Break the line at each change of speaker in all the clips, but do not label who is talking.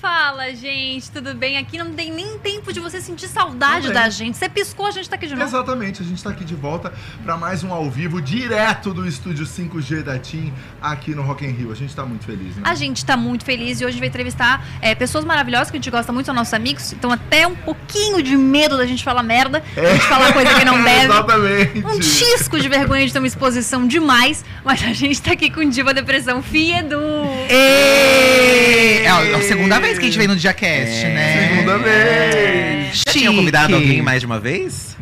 Fala, gente, tudo bem? Aqui não tem nem tempo de você sentir saudade
Não tem.
da gente. Você piscou, a gente tá aqui de novo.
Exatamente, a gente está aqui de volta para mais um ao vivo direto do estúdio 5G da TIM aqui no Rock in Rio. A gente está muito feliz, né?
A gente tá muito feliz e hoje a gente vai entrevistar é, pessoas maravilhosas que a gente gosta muito, são nossos amigos. Então até um pouquinho de medo da gente falar merda, da gente falar coisa que não deve.
É. Exatamente.
Um chisco de vergonha de ter uma exposição demais, mas a gente tá aqui com Diva Depressão Fiedu.
Ê! É a a segunda vez que a gente vem no Diacast, né?
Segunda vez.
Chique.
Já tinham convidado alguém mais de uma vez?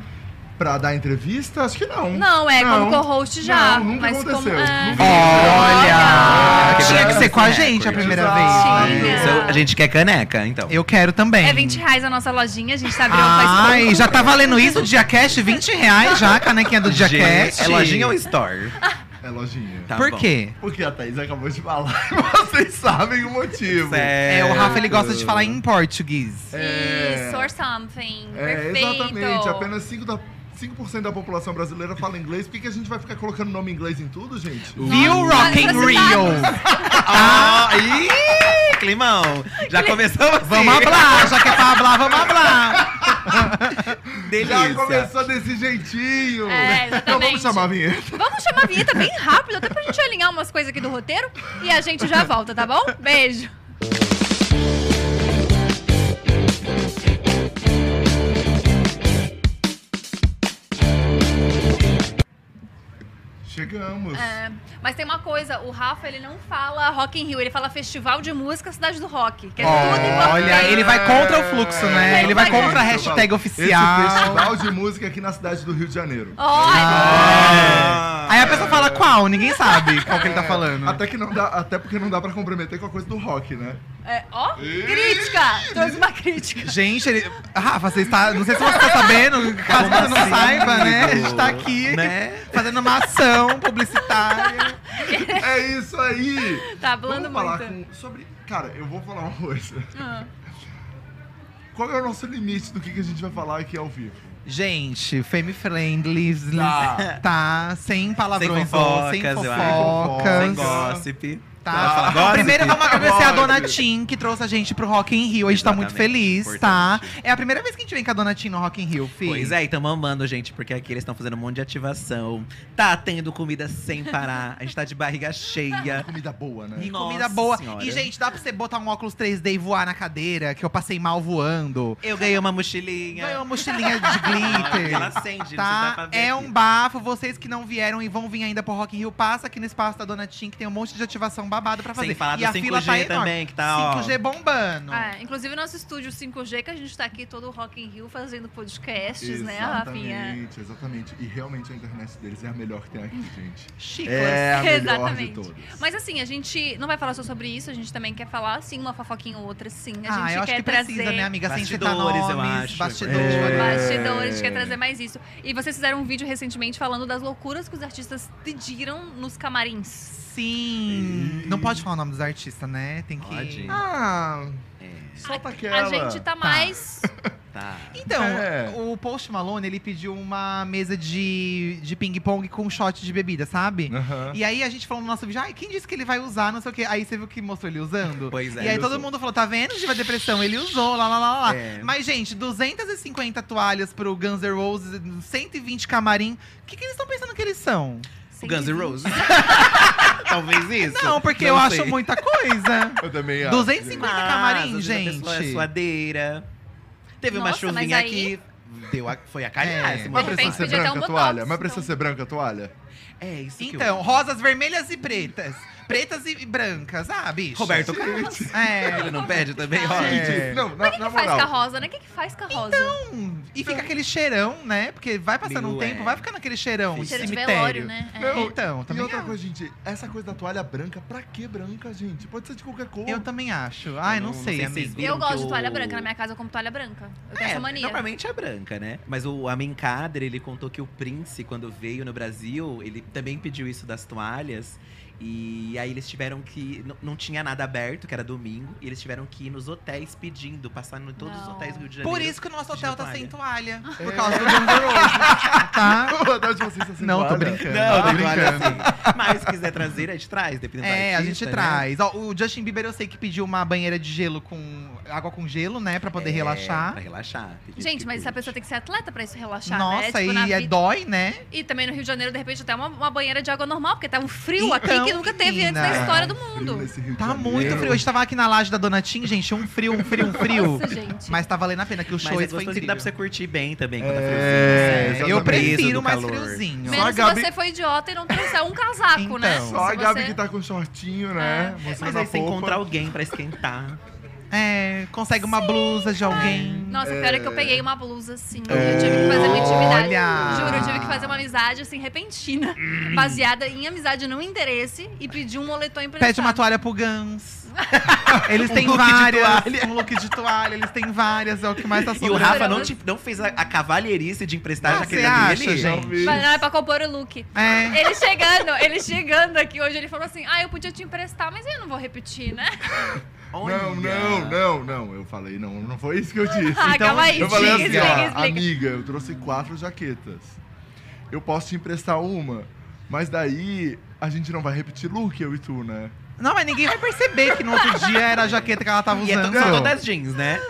Para dar entrevista? Acho que não.
Não, é, como
Não.
co-host já.
Não, nunca
mas como.
aconteceu.
é.
Nunca.
Olha!
Ah,
Tinha que ser com a
né,
gente a
Corinthians?
primeira
Ah,
vez.
Tinha.
Então, a gente quer caneca, então.
Eu quero também.
É 20 reais a nossa lojinha, a gente tá abrindo faz
Ai,
pouco.
já tá valendo isso? Diacast? 20 reais já, a canequinha do Diacast.
É lojinha ou store?
É lojinha.
Tá
Por
bom.
quê?
Porque a Thaís acabou de falar e vocês sabem o motivo.
É, o Rafa ele gosta de falar em português.
É.
Isso, or something.
É,
Perfeito.
exatamente. Apenas 5%, da, 5 da população brasileira fala inglês. Por que, que a gente vai ficar colocando nome em inglês em tudo, gente?
Viu,
Nossa,
Rock in Rio?
necessitados.
Ah, ih, climão. Já começamos assim.
Vamos hablar, já que é pra hablar, vamos hablar.
Já
Delícia.
começou desse jeitinho.
É, exatamente.
Então vamos chamar a vinheta.
Vamos chamar a vinheta bem rápido, até pra gente alinhar umas coisas aqui do roteiro. E a gente já volta, tá bom? Beijo.
Chegamos.
É, mas tem uma coisa, o Rafa, ele não fala Rock in Rio, ele fala Festival de Música Cidade do Rock, que é tudo importante.
Olha, ele vai contra o fluxo, né? Ele vai
Vai
contra
contra.
a hashtag
Esse
oficial.
festival de música aqui na cidade do Rio de Janeiro.
Oh. Olha!
Ah.
Aí a pessoa fala qual? Ninguém sabe qual que ele tá falando.
Até, que não dá, até porque não dá pra comprometer com a coisa do rock, né?
É, ó, crítica! Trouxe uma crítica.
Gente, ele. Rafa, você está. Não sei se você tá sabendo, caso você não saiba, né? A gente tá aqui
assim? Né?
fazendo uma ação publicitária.
É isso aí!
Tá falando
Vamos falar
muito.
com- sobre. Cara, eu vou falar uma coisa.
Ah.
Qual é o nosso limite do que, que a gente vai falar aqui ao vivo?
Gente, femme friendly,
Tá.
tá. sem palavrões,
Sem fofocas,
sem
eu acho.
fofocas,
Sem gossip.
tá?
Vai falar
Bom,
gossip?
Primeiro vamos agradecer a Dona
Gossip.
Tim, que trouxe a gente pro Rock in Rio. A gente tá muito
Exatamente,
feliz, tá?
importante.
É a primeira vez que a gente vem com a Dona Tim no Rock in Rio, filho.
Pois é, e tamo amando, gente, porque aqui eles estão fazendo um monte de ativação. Tá tendo comida sem parar. A gente tá de barriga cheia.
Comida boa,
E
né?
Nossa
comida boa.
senhora.
E, gente, dá pra você botar um óculos 3D e voar na cadeira, que eu passei mal voando.
Eu ganhei uma mochilinha.
Ganhou uma mochilinha de
Ah, Ela
glitter.
acende, não dá pra
Tá,
ver
é
aqui.
um bafo. Vocês que não vieram e vão vir ainda pro Rock in Rio, passa aqui no espaço da Dona Tim, que tem um monte de ativação babado pra fazer.
Sem falar
e
do
a fila
5G
tá enorme.
também, que tá, ó.
5G bombando.
É, inclusive nosso estúdio 5G, que a gente tá aqui todo Rock in Rio fazendo podcasts, né, Rafinha?
exatamente, exatamente. E realmente a internet deles é a melhor que tem aqui, gente.
Chico.
É a melhor
assim, Exatamente.
de todas.
Mas assim, a gente não vai falar só sobre isso, a gente também quer falar, sim, uma fofoquinha ou outra, sim. A gente
ah, eu
quer
acho que
trazer.
precisa, né, amiga? Sem citar
Bastidores,
nomes,
eu acho.
bastidores.
É.
Bastidores, a gente quer trazer mais isso. E vocês fizeram um vídeo recentemente falando das loucuras que os artistas pediram nos camarins.
Sim. Não pode falar o nome dos artistas, né? Tem que.
Pode.
Ah,
É,
solta aquela.
A gente tá mais.
tá.
Então,
É.
o Post Malone, ele pediu uma mesa de, de ping-pong com shot de bebida, sabe?
Aham.
E aí a gente falou no nosso vídeo, ai, quem disse que ele vai usar, não sei o quê. Aí você viu que mostrou ele usando?
Pois é.
e aí
eu
todo
sou.
mundo falou, tá vendo, Diva Depressão? Ele usou, lá, lá, lá, lá.
É.
Mas, gente, 250 toalhas pro Guns N' Roses, 120 camarim. O que, que eles estão pensando que eles são?
O Guns N' Roses. Talvez isso.
Não, porque eu
sei.
acho muita coisa.
Eu também acho.
250
Mas, às
camarim,
vezes a pessoa É
gente.
suadeira. Teve uma
Nossa, mas
chuvinha
aí-
aqui. Deu a- foi a calhar
É.
De
Mas
esse momento.
precisa
repente
ser
podia ter um
branca a
botox,
toalha? Mas precisa
então.
ser branca a toalha?
É isso que
Então,
eu-
rosas vermelhas e pretas. Pretas e brancas, ah, bicho.
Roberto Carlos.
É.
Ele não pede também, ó.
Ah,
É.
Gente, não, na,
O que
na
que faz com a
moral.
rosa, né? O que, que faz com a rosa?
Então,
Hum, E fica aquele cheirão, né? Porque vai passando um
Meio,
tempo,
é.
vai ficar naquele cheirão.
Cheiro de
cemitério.
velório, né? É.
Não,
Então,
E
também
outra
acho.
coisa, gente, essa coisa da toalha branca, pra que branca, gente? Pode ser de qualquer cor.
Eu também acho. Ai, não,
não
sei,
sei se
amigo.
vocês
Eu
Viram
gosto
que
de
o-
toalha branca, na minha casa eu como toalha branca. Eu tenho essa mania.
Normalmente é branca, né? Mas o Amenkadre, ele contou que o Prince, quando veio no Brasil, ele também pediu isso das toalhas. E aí eles tiveram que. n- Não tinha nada aberto, que era domingo, e eles tiveram que ir nos hotéis pedindo, passar em todos os
Não.
hotéis do Rio de Janeiro.
Por isso que o nosso hotel tá sem toalha. Por
É.
causa do Guns N' Roses. Tá?
O hotel de vocês tá sem
Não, tô
toalha?
brincando.
Não,
Tá
não vale
brincando.
assim. Mas se quiser trazer, a gente traz, dependendo
É,
do
a
artista,
gente
né?
traz. Ó, o Justin Bieber eu sei que pediu uma banheira de gelo com. água com gelo, né? Pra poder
É, Pra
relaxar.
relaxar. Tem
Gente,
que
mas essa
curte.
pessoa tem que ser atleta pra isso relaxar, né?
Nossa,
Tipo, na
e é
vida-
dói, né?
E também no Rio de Janeiro, de repente, até uma, uma banheira de água normal, porque tá um frio
Então,
aqui que nunca teve antes
menina.
na É história do
Frio
mundo.
nesse Rio de
Tá
Janeiro.
muito frio. A gente tava aqui na laje da Donatim, gente. Um frio, um frio, um frio.
Nossa, gente.
Mas tá valendo a pena, que o
Mas
show
é
esse foi
gostoso que dá
incrível.
pra você curtir bem também quando
É,
é friozinho.
exatamente.
eu prefiro
do
mais
calor.
friozinho.
Só a
Menos
Gabi-
se você foi idiota e não trouxer um casaco, né?
Então.
Se
Só a
você- É.
Gabi que tá com shortinho, né?
Mas
Mostrando a
aí você
polpa.
encontra alguém pra esquentar.
É, consegue uma blusa de alguém.
Nossa, o pior é que eu peguei uma blusa assim.
É.
Eu tive que fazer uma intimidade.
Olha!
Juro, eu tive que fazer uma amizade assim, repentina.
Hum.
Baseada em amizade, não interesse. E pedir um moletom emprestado.
Pede uma toalha pro Gans. Eles
Um
têm
look de
várias. um look de toalha, eles têm várias, é o que mais tá
E o
sobrando.
Rafa não, te- não fez a, a cavalheirice de emprestar
Ah,
já que ele
você
é
acha,
dele.
gente?
Mas não, é pra compor o look.
É.
Ele chegando, ele chegando aqui hoje, ele falou assim: Ah, eu podia te emprestar, mas eu não vou repetir, né?
Olha.
Não, não, não, não. Eu falei, não, não foi isso que eu disse.
Ah, calma aí,
Eu falei
explica,
assim,
explica,
ó,
explica.
amiga, eu trouxe quatro jaquetas. Eu posso te emprestar uma, mas daí a gente não vai repetir look, eu e tu, né?
Não, mas ninguém vai perceber que no outro dia era a jaqueta que ela tava
E é to-
usando.
são todas jeans, né?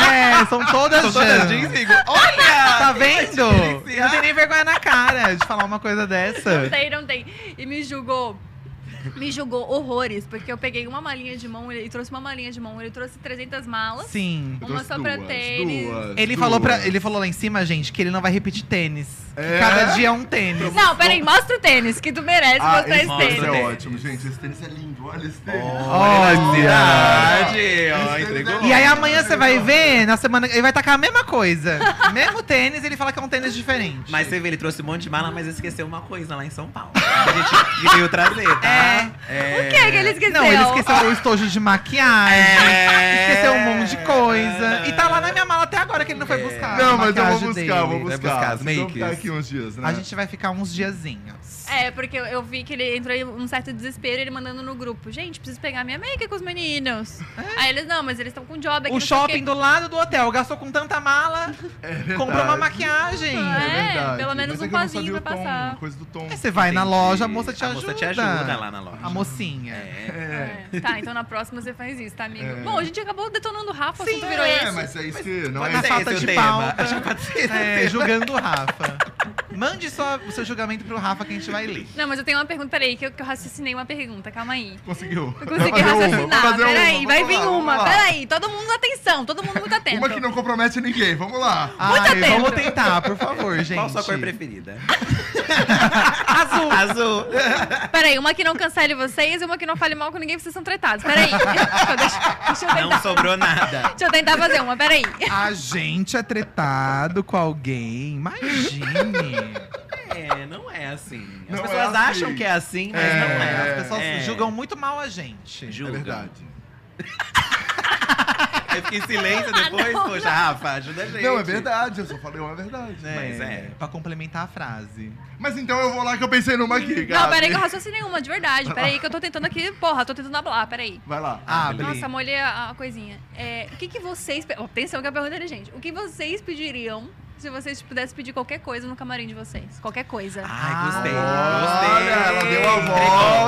É, são todas
São todas
jeans.
jeans, Igor. Olha!
Tá vendo? Não tem nem vergonha na cara de falar uma coisa
Não
dessa.
tem, não tem. E me julgou. Me julgou horrores, porque eu peguei uma malinha de mão, ele trouxe uma malinha de mão, ele trouxe 300 malas.
Sim.
Eu
Uma
trouxe
só pra tênis.
Ele
duas.
falou, pra, ele falou lá em cima, gente, que ele não vai repetir tênis. Que
É?
cada dia é um tênis.
Não, peraí, mostra o tênis, que tu merece
Ah,
mostrar
esse
esse
tênis é
tênis.
tênis.
ótimo, gente. Esse tênis é lindo, olha esse tênis.
Verdade! Ó, entregou.
E aí amanhã você vai ver, na semana. Ele vai tacar a mesma coisa. Mesmo tênis, ele fala que é um tênis diferente.
Mas você vê, ele trouxe um monte de mala, mas esqueceu uma coisa lá em São Paulo. A gente veio trazer, tá? É.
O que é que ele esqueceu?
Não, ele esqueceu o estojo de maquiagem.
É.
Esqueceu um monte de coisa. E tá lá na minha mala até agora que ele não foi buscar. a
Não, mas eu vou
maquiagem
buscar, vou
dele.
buscar.
Vai buscar as
Vocês vão ficar
makes.
aqui uns dias, né?
A gente vai ficar uns diazinhos.
É, porque eu- eu vi que ele entrou em um certo desespero, ele mandando no grupo. Gente, preciso pegar minha make com os meninos. Aí eles, não, mas eles estão com job aqui.
É. O
não sei quê."
shopping do lado do hotel gastou com tanta mala,
É verdade.
comprou uma maquiagem.
É,
É verdade.
pelo menos
Mas é
um
que eu não
pazinho vai
sabia o tom,
passar.
uma Coisa do tom.
Aí você vai na
Entendi.
loja, a moça te ajuda.
A moça te ajuda lá na loja.
A mocinha.
É.
É.
É, Tá, então na próxima você faz isso, tá, amigo?
É.
Bom, a gente acabou detonando o Rafa, o
Sim,
assunto virou
é,
esse.
mas é isso que não
Pode
é
Na
ser
falta
esse o
de
tema.
pauta.
Acho que pode ser esse o
É,
tema.
julgando o Rafa. Mande só o seu julgamento pro Rafa que a gente vai ler.
Não, mas eu tenho uma pergunta, peraí, que eu, que eu raciocinei uma pergunta, calma aí.
Conseguiu.
Eu
Vai
consegui
fazer uma, vai
raciocinar,
fazer uma,
peraí, vai
vamos
vir
lá, vamos
uma,
lá.
peraí, todo mundo atenção, todo mundo muito atento.
Uma que não compromete ninguém, vamos lá.
Ai,
atento.
vamos tentar, por favor, É, gente.
Qual sua cor preferida?
Azul.
Azul.
Peraí, uma que não cancele vocês e uma que não fale mal com ninguém, vocês são tretados, peraí. deixa, deixa eu
Não
tentar,
sobrou nada.
deixa eu tentar fazer uma, peraí.
A gente é tretado com alguém. Imagine.
É, não é assim. As
Não
pessoas
é assim.
acham que é assim, mas
É,
não é.
As pessoas
É.
julgam muito mal a gente.
É
Julgam.
verdade.
Aí fica em silêncio depois,
Ah, não,
poxa, Rafa, ajuda a gente.
Não, é verdade, eu só falei uma verdade.
É,
Mas é.
Pra complementar a frase.
Mas então eu vou lá que eu pensei numa aqui, cara.
Não, peraí que eu raciocinei uma, de verdade, peraí que eu tô tentando aqui, porra, tô tentando falar, peraí.
Vai lá. Ah,
Abre.
Nossa, molhei a, a coisinha. É, o que, que vocês. pe- Atenção, que é a pergunta inteligente. O que vocês pediriam se vocês pudessem pedir qualquer coisa no camarim de vocês? Qualquer coisa.
Ah,
Ai, gostei.
Olha,
gostei.
ela deu a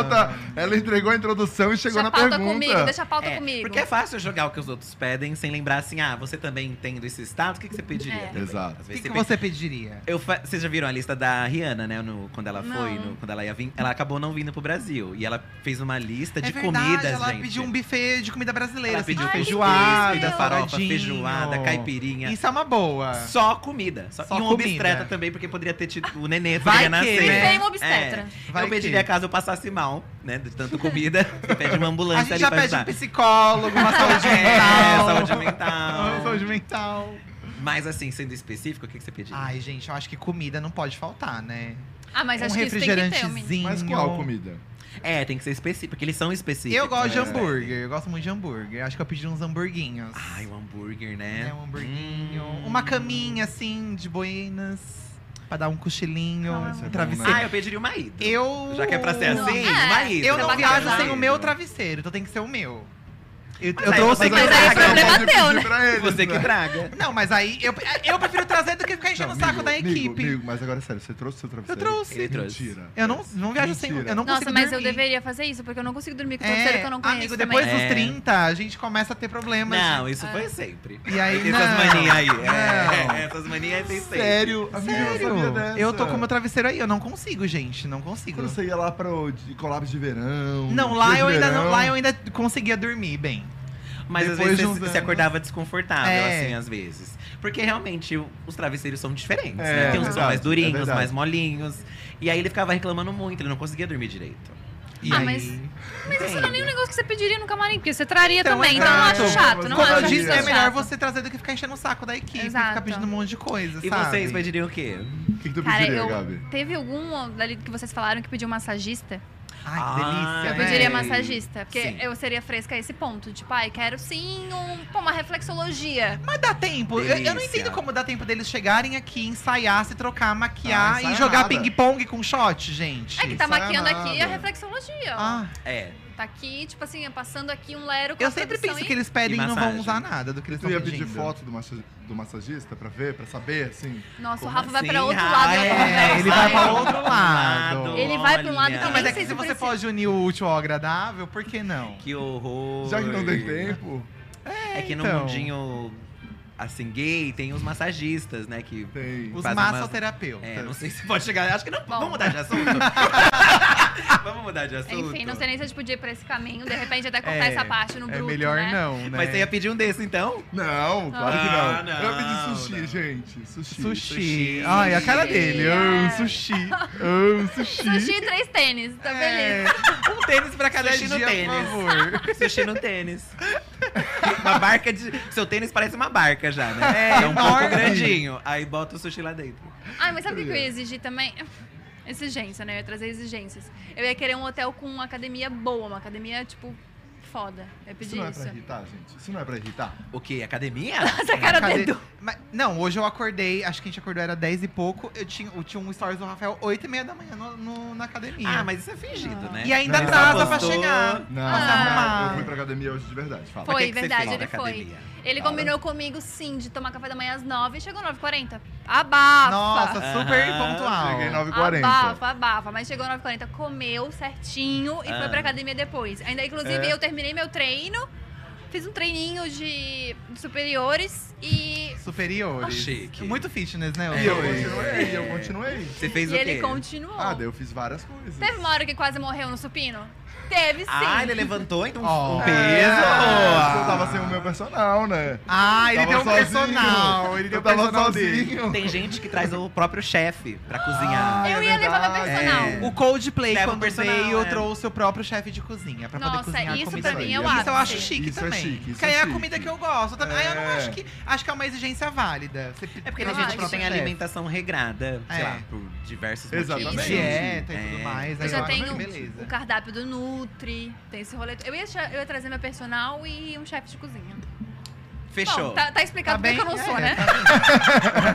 volta, ela entregou a introdução e chegou
deixa
na
a pauta
pergunta.
comigo, deixa a pauta
É,
comigo.
Porque é fácil jogar o que os outros pedem sem lembrar assim, ah, você também entende esse status, o que, que você pediria?
É.
também?
Exato.
Às
O que,
vezes
que
você
você pediria?
Eu fa- Vocês já viram a lista da Rihanna, né? no- quando ela foi,
Não.
no- quando ela ia vir. Ela acabou não vindo pro Brasil. E ela fez uma lista de
é verdade,
comidas,
ela
gente.
pediu um buffet de comida brasileira.
Ela
assim,
pediu
Ai,
de
que
feijoada,
incrível.
farofa,
salgadinho.
feijoada, caipirinha.
Isso é uma boa.
Só comida. Só,
Só
e um
comida.
obstetra também, porque poderia ter tido. O nenê
Vai
poderia
que,
nascer. É.
né?
Vem um obstetra.
Vai
eu
que-
pediria caso eu passasse mal, né? De tanto comida. Você pede uma
A
ambulância
gente
ali
já
pra
pede um
ajudar.
psicólogo, uma saúde
É,
mental.
saúde mental.
Saúde mental.
Mas assim, sendo específico, o que, que você pediu?
Ai, gente, eu acho que comida não pode faltar, né?
Ah, mas
um
acho que isso tem que ter, menino.
refrigerantezinho.
Mas qual comida?
É, tem que ser específico, porque eles são específicos.
Eu gosto de um
né?
hambúrguer, eu gosto muito de hambúrguer. Acho que eu pedi uns hamburguinhos. É
Ai, o um hambúrguer, né?
né? Um hamburguinho.
Hum.
Uma caminha, assim, de boinas. pra dar um cochilinho,
Ah,
isso é
um
bom,
travesseiro.
Ah, eu pediria uma ida.
Eu.
Já que é pra ser
Não,
assim,
é.
uma ida.
Eu
Você
não
vai
viajo
assim,
casar.
sem o meu travesseiro, então tem que ser o meu. Eu, eu
aí
trouxe
você
aqui
vai
o
Mas aí é
Você
travesseiro.
problema
pode pedir
teu, né?
pra eles,
Você que
né?
traga.
Não, mas aí eu, eu prefiro trazer do que ficar enchendo o saco
amigo,
da
amigo,
equipe.
amigo, mas agora sério, você trouxe seu travesseiro?
trouxe.
Ele trouxe.
Mentira.
Eu não, não viajo sem.
Mentira.
Eu não
Nossa,
consigo
mas eu
dormir.
deveria fazer isso, porque eu não consigo dormir com o
É,
terceiro que eu não conheço.
Amigo,
também.
depois
É.
dos 30, a gente começa a ter problemas.
Não, isso foi sempre.
E aí,
Tem essas
é. não.
manias aí.
Não.
É, essas manias tem sempre.
Sério? Amigo, eu não sabia
Sério?
dessa.
Eu tô com o meu travesseiro aí, eu não consigo, gente. Não consigo.
Quando você ia lá pro de collab de verão.
Não, lá
dia
eu,
de
ainda
verão,
não, lá eu ainda conseguia dormir bem.
Mas às
Depois
vezes
de
você
uns
se
anos.
acordava desconfortável,
É.
assim, às vezes. Porque realmente o- os travesseiros são diferentes,
É,
né? Tem uns que são
verdade,
mais
é
durinhos,
verdade.
mais molinhos. E aí ele ficava reclamando muito, ele não conseguia dormir direito. E
Ah,
aí-
mas- Mas isso não é
Entendo.
nenhum negócio que você pediria no camarim, porque você traria
Então,
também. Então eu não
exato.
acho chato, não
Como
acho
eu disse,
isso
é
chato.
melhor você trazer do que ficar enchendo o saco da equipe, ficar
Exato.
pedindo um monte de coisa,
E
sabe?
vocês pediriam o quê?
O que, que tu
Cara,
pediria,
eu-
Gabi?
Teve algum dali que vocês falaram que pediu massagista?
Ai, que
Ah,
delícia,
Eu
é.
né?
pediria massagista, porque
Sim.
eu seria fresca a esse ponto. Tipo, ai, quero sim um, pô, uma reflexologia.
Mas dá tempo. Eu, eu não
Delícia.
entendo como dá tempo deles chegarem aqui, ensaiar, se trocar,
Ah,
maquiar
ensaia
e jogar
nada.
ping-pong com shot, gente.
É que tá
Isso é
maquiando aqui
nada.
a reflexologia, ó.
Ah,
É.
Tá aqui, tipo assim, passando aqui um lero com
eu
a
sempre
produção
penso
e-
que eles pedem
E
e não vão
massagem.
usar nada do que eles
Tu
estão
ia
pedindo.
pedir foto do, massa- do massagista pra ver, pra saber, assim?
Nossa, o
Como
Rafa vai pra
assim?
outro
Ah,
lado. da
é,
conversa,
ele vai pra
né?
outro lado.
Ele vai pra um lado
olha.
que
Não, mas
nem
é que
sei
se
se
você
precisa.
pode unir o útil ao agradável, por que não?
Que horror.
Já que não tem tempo,
É que no
então.
mundinho, assim, gay, tem os massagistas, né? Que...
tem.
Os
Faz umas-
massoterapeutas.
É, não sei se pode chegar. Acho que não.
Bom.
Vamos mudar de assunto. Vamos mudar de assunto.
Enfim, não sei nem se a gente podia ir pra esse caminho. De repente, até contar
É,
essa parte no
É
grupo.
melhor
né?
não, né?
Mas você ia pedir um desse, então?
Não, claro que
Ah,
não.
não,
eu pedi sushi,
não.
gente. Sushi.
Sushi.
Sushi.
Ai, a cara dele.
É.
Ah, sushi. Ah, sushi.
Sushi e três tênis, tá beleza.
É, um tênis pra cada
Sushi no
dia,
tênis.
por favor.
Sushi no tênis. Uma barca de. Seu tênis parece uma barca já, né?
É,
um
enorme.
pouco grandinho. Aí bota o sushi lá dentro.
Ai, mas sabe o que eu ia exigir também? Exigência, né? Eu ia trazer exigências. Eu ia querer um hotel com uma academia boa, uma academia, tipo, foda. Eu ia
Isso
pedir
não é
isso.
pra irritar, gente. Isso não é pra irritar.
O quê? Academia?
Essa cara do
Cadê-
Edu.
Mas- não, hoje eu acordei, acho que a gente acordou, era 10 e pouco. Eu tinha, eu tinha um stories do Rafael 8 e meia da manhã no- no- na academia.
Ah, mas isso é fingido, né?
E ainda
Não,
atrasa pra
postou.
chegar.
Não,
Ah.
eu fui pra academia hoje de verdade. Fala.
Foi,
Mas o que que você
verdade,
fez
ele
na
foi.
academia?
Ele
Cara.
combinou comigo, sim, de tomar café da manhã às 9 e chegou 9h40. Abafa!
Nossa, super
Aham.
pontual.
Cheguei 9h40.
Abafa, abafa. Mas chegou 9h40, comeu certinho e foi
Ah.
pra academia depois. Ainda, inclusive,
É.
eu terminei meu treino, fiz um treininho de de superiores e
Superiores.
Chique.
Muito fitness, né?
E eu
É.
hoje?
continuei, e eu continuei.
Você fez
E
o quê?
ele continuou.
Ah, daí eu fiz várias coisas.
Teve uma hora que quase morreu no supino? Teve sim.
Ah, ele levantou então um-
Ó.
um
É,
peso.
Eu tava sem o meu personal, né?
Ah, ele
Tava
tem um
sozinho.
personal. Ele tem
Eu
um
tava
personal dele.
sozinho.
Tem gente que traz o próprio chefe pra cozinhar.
Ah,
Eu
é
ia levar meu
verdade.
personal.
É.
O Coldplay,
Leva o
quando
personal,
veio,
é.
trouxe o próprio chefe de cozinha pra poder
Nossa,
cozinhar
isso
a comida.
pra mim é
dele.
o
Isso eu acho
ápice.
chique
Isso é
também.
chique, isso
Porque
é
aí é a
chique.
comida que eu gosto também. Ah, eu não
É.
acho que. Acho que é uma exigência válida. Você
É porque tem
Eu
gente
acho
que
que
tem
sim.
alimentação regrada, sei
É.
lá, por diversos
Exatamente.
motivos.
Dieta e
É.
tudo mais.
Eu
aí
já
acho
tenho um
beleza.
o cardápio do Nutri, tem esse rolê. Eu ia, cha- eu ia trazer meu personal e um chefe de cozinha.
Fechou.
Bom, tá, tá explicado
Tá
bem que eu não
bem?
sou,
É,
né?
tá
Claramente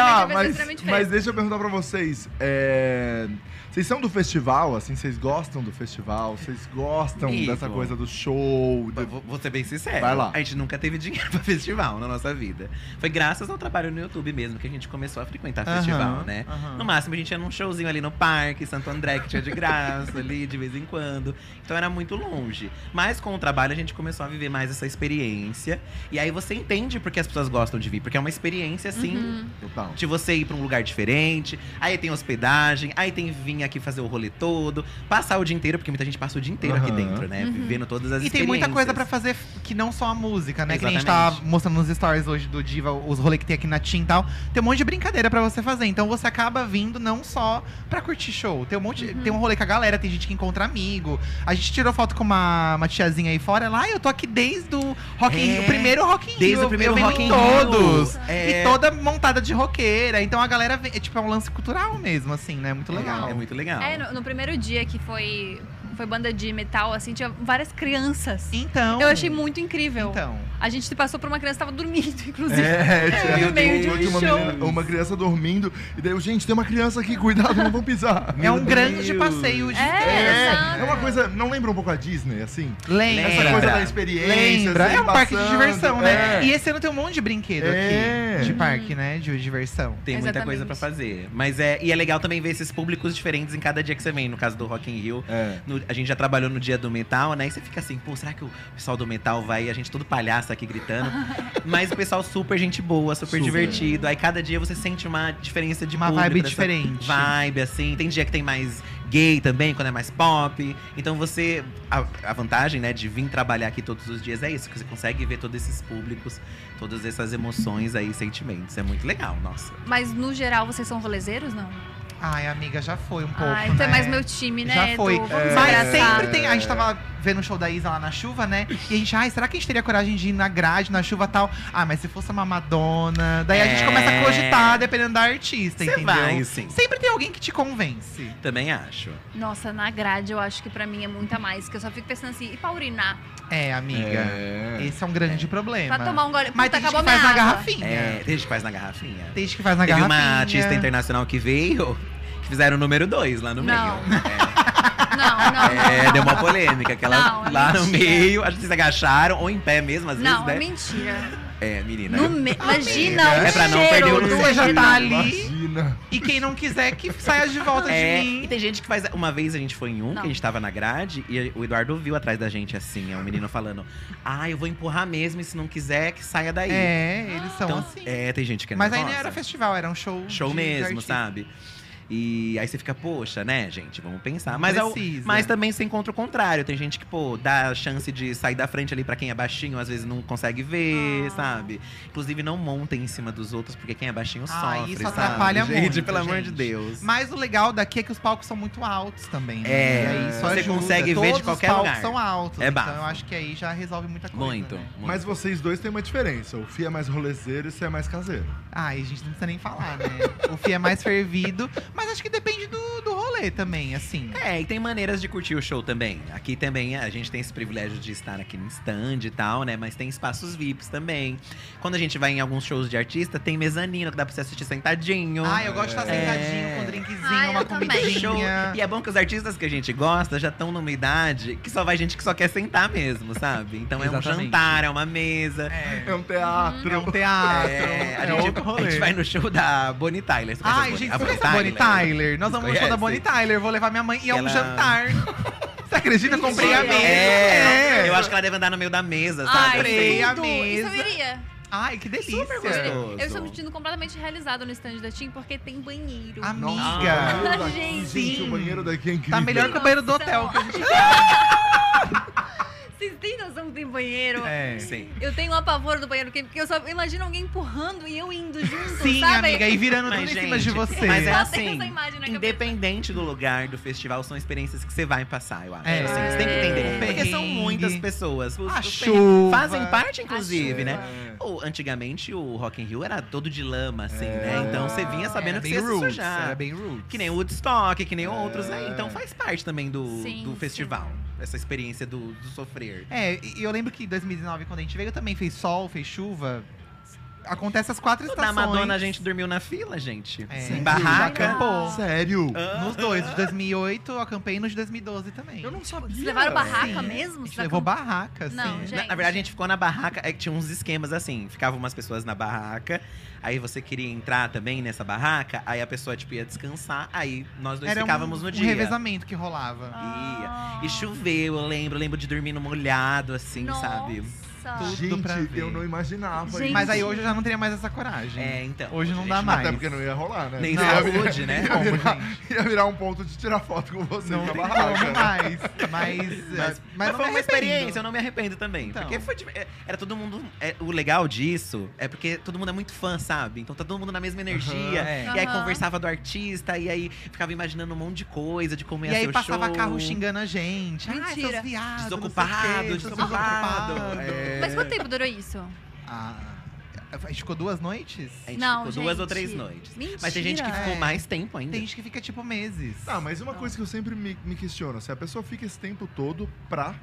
Ah,
eu ia ser
mas,
extremamente
mas
feio.
deixa eu perguntar pra vocês. é, Vocês são do festival, assim? Vocês gostam do festival? Vocês gostam
Amigo.
dessa coisa do show?
Vou-
do-
Vou, vou ser bem sincero.
Vai lá.
A gente nunca teve dinheiro pra festival na nossa vida. Foi graças ao trabalho no YouTube mesmo que a gente começou a frequentar festival,
Aham,
né?
aham.
No máximo, a gente ia num showzinho ali no parque, Santo André, que tinha de graça ali, de vez em quando. Então era muito longe. Mas com o trabalho, a gente começou a viver mais essa experiência. E aí você entende porque as pessoas gostam de vir. Porque é uma experiência, assim,
Uhum.
Total.
de você ir pra um lugar diferente, aí tem hospedagem, aí tem vir aqui fazer o rolê todo, passar o dia inteiro, porque muita gente passa o dia inteiro aqui
Aham.
dentro, né?
Uhum.
Vivendo todas as
E tem muita coisa pra
experiências.
fazer que não só a música, né? Que a gente
Exatamente.
tá mostrando nos stories hoje do Diva, os rolês que tem aqui na Tim e tal. Tem um monte de brincadeira pra você fazer. Então você acaba vindo não só pra curtir show. Tem um monte. Tem um rolê com a galera, tem gente que encontra amigo. A gente tirou foto com uma, uma tiazinha aí fora. Ela, ah, eu tô aqui desde o Rock in
É,
Rio, o primeiro Rock in Rio.
Desde
eu-
o primeiro
eu venho
Rock
em
in É,
todos.
Rio.
E toda montada de roqueira. Então a galera vem, é tipo é um lance cultural mesmo, assim, né? Muito legal.
É muito legal.
É, no, no primeiro dia que foi foi banda de metal, assim, tinha várias crianças.
Então.
Eu achei muito incrível.
Então.
A gente passou por uma criança que tava dormindo, inclusive.
É, tinha-
No meio de um
tinha uma,
show.
menina- uma criança dormindo. E daí, eu, gente, tem uma criança aqui, cuidado, não vão pisar.
É um
Meu
grande
Deus.
passeio de.
É.
É,
exato.
é uma coisa. Não lembra um pouco a Disney, assim?
Lembra.
Essa coisa da experiência.
Lembra?
assim,
É um parque de
passando,
diversão, né?
é.
E esse ano tem um monte de brinquedo
É.
aqui. De parque, né? De diversão.
Tem muita
Exatamente.
coisa pra fazer. Mas é. E é legal também ver esses públicos diferentes em cada dia que você vem. No caso do Rock in Rio,
É.
no- a gente já trabalhou no dia do metal, né? E você fica assim, pô, será que o pessoal do metal vai? A gente todo palhaço aqui gritando. Mas o pessoal super gente boa, super,
Super.
divertido. Aí cada dia você sente uma diferença de
Uma
público,
vibe
dessa
diferente.
Vibe, assim. Tem dia que tem mais gay também, quando é mais pop. Então você. A, a vantagem, né, de vir trabalhar aqui todos os dias é isso, que você consegue ver todos esses públicos, todas essas emoções aí, sentimentos. É muito legal, nossa.
Mas no geral, vocês são rolezeiros, não?
Ai, amiga, já foi um pouco.
Ah, então
né?
é mais meu time, né?
Já foi. É.
Do, vamos se
Mas
abraçar.
sempre tem. A gente tava vendo o show da Isa lá na chuva, né? E a gente, ai, será que a gente teria coragem de ir na grade, na chuva e tal? Ah, mas se fosse uma Madonna. Daí a gente
É.
começa a cogitar, dependendo da artista,
Você
entendeu?
vai, sim.
Sempre tem alguém que te convence.
Também acho.
Nossa, na grade eu acho que pra mim é muita mais. Que eu só fico pensando assim, e pra urinar?
É, amiga.
É.
Esse é um grande problema.
Pra tomar um gole.
Mas
Puta,
tem gente
acabou
que
minha
faz na
água.
garrafinha.
É, tem gente que faz na garrafinha.
Tem gente que faz na
Teve
garrafinha.
uma artista internacional que veio, que fizeram o número 2 lá no
Não.
meio.
Não, não, não.
É, deu uma polêmica, que elas
Não, é
lá no
mentira.
meio, acho que se agacharam, ou em pé mesmo, às
Não, é
vezes, né?
mentira.
É, menina.
No me- Imagina o
amiga.
É pra não
cheiro
perder o
do-
Você já tá ali.
Imagina.
E quem não quiser, que saia de volta
É,
de
e
mim.
tem gente que faz. Uma vez a gente foi em um,
Não.
que a gente tava na grade, e o Eduardo viu atrás da gente assim, é um menino falando: Ah, eu vou empurrar mesmo, e se não quiser, que saia daí.
É, eles são
então,
assim.
É, tem gente que é
Mas aí não
nervosa.
era festival, era um show.
show
de- de
mesmo,
artista.
sabe? E aí você fica, poxa, né, gente? Vamos pensar. Mas, é o-
Precisa.
mas também você encontra o contrário. Tem gente que, pô, dá a chance de sair da frente ali pra quem é baixinho, às vezes não consegue ver,
Ah.
sabe? Inclusive, não montem em cima dos outros, porque quem é baixinho
Ah,
sofre.
isso
sabe?
atrapalha
gente,
muito,
pelo amor de
gente.
Deus.
Mas o legal daqui é que os palcos são muito altos também. né?
É,
E aí isso
você
ajuda.
consegue ver de
Todos
qualquer
os palcos
lugar.
são altos.
É
então
bafo.
eu acho que aí já resolve muita coisa.
muito,
né?
muito.
Mas vocês dois têm uma diferença. O Fih é mais rolezeiro e você é mais caseiro.
Ai, gente, não precisa nem falar, né? o Fih é mais fervido, mas acho que depende do, do rolê também, assim.
É, e tem maneiras de curtir o show também. Aqui também a gente tem esse privilégio de estar aqui no stand e tal, né? Mas tem espaços VIPs também. Quando a gente vai em alguns shows de artista, tem mezanino que dá pra você assistir sentadinho.
Ai, Ah, eu gosto de estar
É.
sentadinho com um drinkzinho,
Ah,
Ai, eu
uma
também.
comidinha.
Show. E é bom que os artistas que a gente gosta já estão numa idade que só vai gente que só quer sentar mesmo, sabe? Então é um
Exatamente.
jantar, é uma mesa.
É.
É um teatro.
É um teatro.
É, a,
é
gente,
outro rolê.
a gente vai no show da Bonnie Tyler. Você conhece a
Ai,
Bonnie-
gente,
a
você conhece a Bonnie Tyler? Nós vamos no show da
Conhece?
Bonnie Tyler. Vou levar minha mãe e é um
Ela-
jantar. Você acredita? Comprei a
Mentira.
mesa.
É,
É.
eu acho que ela deve andar no meio da mesa, sabe?
Ai,
Comprei a
tudo. Isso eu
mesa.
iria.
Ai, que delícia.
Super
gostoso.
Eu estou me sentindo completamente realizada no stand da Tim porque tem banheiro.
o
Amiga.
banheiro daqui,
Gente.
gente, o banheiro daqui é incrível.
Tá melhor que o banheiro do hotel.
é
que a gente-
Vocês têm noção que tem banheiro?
É.
Sim.
Eu tenho um apavor do banheiro, porque porque eu só imagino alguém empurrando e eu indo junto,
Sim,
sabe?
amiga, e virando tudo em cima de
gente,
você.
Mas é
Só tem
assim,
essa imagem na cabeça.
independente do lugar, do festival, são experiências que você vai passar, eu acho.
É.
assim, você tem que
É.
entender. Porque são
Perrengue.
muitas pessoas. Os-
A
os
chuva.
Fazem parte, inclusive,
A
né?
É.
Ou, antigamente, o Rock in Rio era todo de lama, assim,
É.
né? Então, você vinha sabendo
Era
que
É bem
você ia se
roots,
sujar.
Era bem roots.
Que nem o Woodstock, que nem outros
É.
aí. Então, faz parte também do,
Sim,
do
sim.
festival. Essa experiência do, do sofrer.
É, e eu lembro que em 2019, quando a gente veio, também fez sol, fez chuva. Acontece as quatro
Na
estações.
Madonna, a gente dormiu na fila, gente.
É.
Em barraca. Ah.
Acampou.
Sério?
Nos dois, de 2008, eu acampei nos de 2012 também.
Eu não sabia.
Vocês levaram barraca
Sim.
mesmo?
A
Vocês
gente levou barraca, assim.
Não,
Na, na verdade, a gente ficou na barraca. É que tinha uns esquemas assim. Ficavam umas pessoas na barraca. Aí você queria entrar também nessa barraca. Aí a pessoa, tipo, ia descansar. Aí nós dois
Era um-
ficávamos no
um
dia.
revezamento que rolava.
Ah.
E choveu, eu lembro. Eu lembro de dormir no molhado, assim,
Nossa.
sabe?
Tudo.
Gente,
pra ver.
eu não imaginava.
Gente.
isso.
Mas aí hoje eu já não teria mais essa coragem.
É, então.
Hoje não
gente,
dá mais.
Até porque não ia rolar, né?
Nem
Não,
saúde, né?
Ia virar, ia virar um ponto de tirar foto com você
Não
na
tem
barraca.
como mais. Mas, é, não
Mas, mas foi
me
uma
arrependo.
experiência, eu não me arrependo também.
Então.
Porque foi, tipo, é, era todo mundo. é, o legal disso é porque todo mundo é muito fã, sabe? Então tá todo mundo na mesma energia.
Aham, é.
E aí
Aham.
conversava do artista, e aí ficava imaginando um monte de coisa, de como ia
E
ser
aí
o
passava
show.
carro xingando a gente. Ai,
Mentira.
seus viados, não sei o quê,
Desocupado,
seus
desocupado.
desocupados.
É.
Mas quanto tempo durou isso?
Ah, A gente ficou duas noites?
A gente
Não,
ficou duas
gente.
ou três noites.
Mentira,
Mas tem gente que ficou
é.
mais tempo ainda.
Tem gente que fica, tipo, meses.
Não, Ah, mas uma coisa que eu sempre me, me questiono, se a pessoa fica esse tempo todo pra...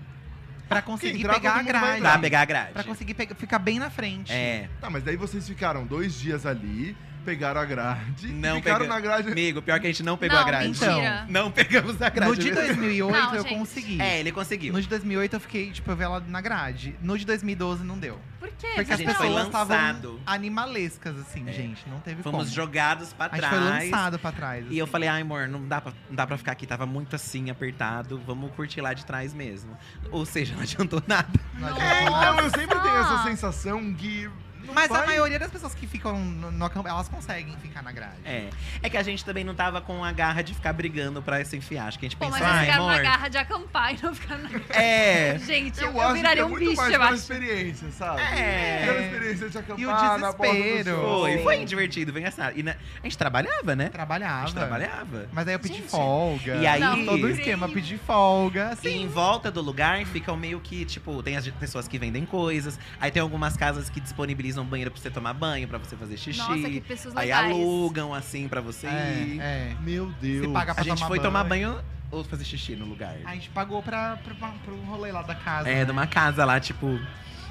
Pra conseguir
Quem entrar,
pegar a
todo mundo vai
grade.
Pra pegar a grade.
Pra conseguir pegar- ficar bem na frente.
É.
Tá, mas daí vocês ficaram dois dias ali, pegaram a grade,
Não
ficaram
pegamos.
na grade...
Amigo, pior que a gente não pegou
não,
a grade.
mentira.
Não pegamos a grade.
No
né?
de 2008
Não,
eu
gente.
consegui.
É, ele conseguiu.
No de 2008 eu fiquei, tipo, velado na grade. No de 2012 não deu.
Por quê?
Porque
É, a
as
gente foi
pessoas estavam
lançado.
animalescas, assim,
É.
gente. Não teve
Fomos
como.
jogados pra
A gente
trás.
foi lançado pra trás.
E eu
assim.
falei, ai, amor, não dá, pra, não dá pra ficar aqui, tava muito assim, apertado, vamos curtir lá de trás mesmo. Ou seja, não adiantou nada.
assim, Não
É,
adiantou.
então eu sempre tenho
Ah!
essa sensação que...
É,
não
Mas
vai-
a maioria das pessoas que ficam no, no acampamento, elas conseguem ficar na grade.
É. É que a gente também não tava com a garra de ficar brigando pra se enfiar. Acho que a gente
Pô,
pensou,
mas
ai,
eles ficaram na
amor.
garra de acampar e não ficaram na
É.
Gente, eu,
Eu,
eu
acho que é
viraria um
muito
bicho,
mais
eu
pela
acho.
experiência, sabe?
É.
Pela experiência de acampar
E o
na borda do
desespero.
sol.
Foi, foi divertido, vem essa. E na- a gente trabalhava, né?
Trabalhava.
A gente trabalhava.
Mas aí eu pedi
Gente.
folga.
E aí-
Não, todo o esquema,
Incrível.
pedi folga,
E em
assim.
volta do lugar ficam meio que, tipo, tem as pessoas que vendem coisas, aí tem algumas casas que disponibilizam banheiro pra você tomar banho, pra você fazer xixi.
Nossa, que pessoas
aí
legais.
alugam assim pra você ir.
É, é.
Meu Deus.
Se paga
A
pra
gente
tomar
foi
banho.
tomar banho ou fazer xixi no lugar.
A gente pagou pra, pra, pra, pro rolê lá da casa.
É, de uma casa lá, tipo.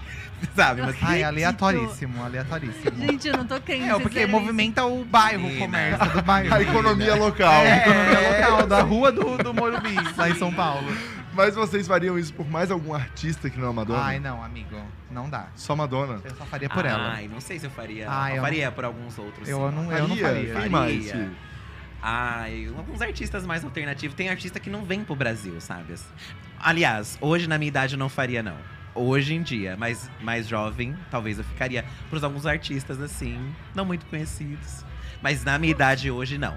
Sabe? Mas
Ai, aleatoríssimo, aleatoríssimo.
Gente, eu não tô crendo.
É, porque
sinceramente.
movimenta o bairro, o
Menina.
comércio do bairro.
A economia local.
É, economia local, da rua do, do Morumbi, lá em São Paulo.
Mas vocês fariam isso por mais algum artista que não é Madonna?
Ai, não, amigo, não dá.
Só Madonna.
Eu só faria é por ela.
Ai, não sei se eu faria.
Ah,
eu,
eu-
faria por alguns outros.
Eu
sim.
não- eu faria.
Quem
Faria.
mais? Ti?
Ai, alguns artistas mais alternativos. Tem artista que não vem pro Brasil, sabe? Aliás, hoje na minha idade eu não faria, não. Hoje em dia, mas mais jovem, talvez eu ficaria. Pros alguns artistas, assim, não muito conhecidos. Mas na minha idade hoje, não.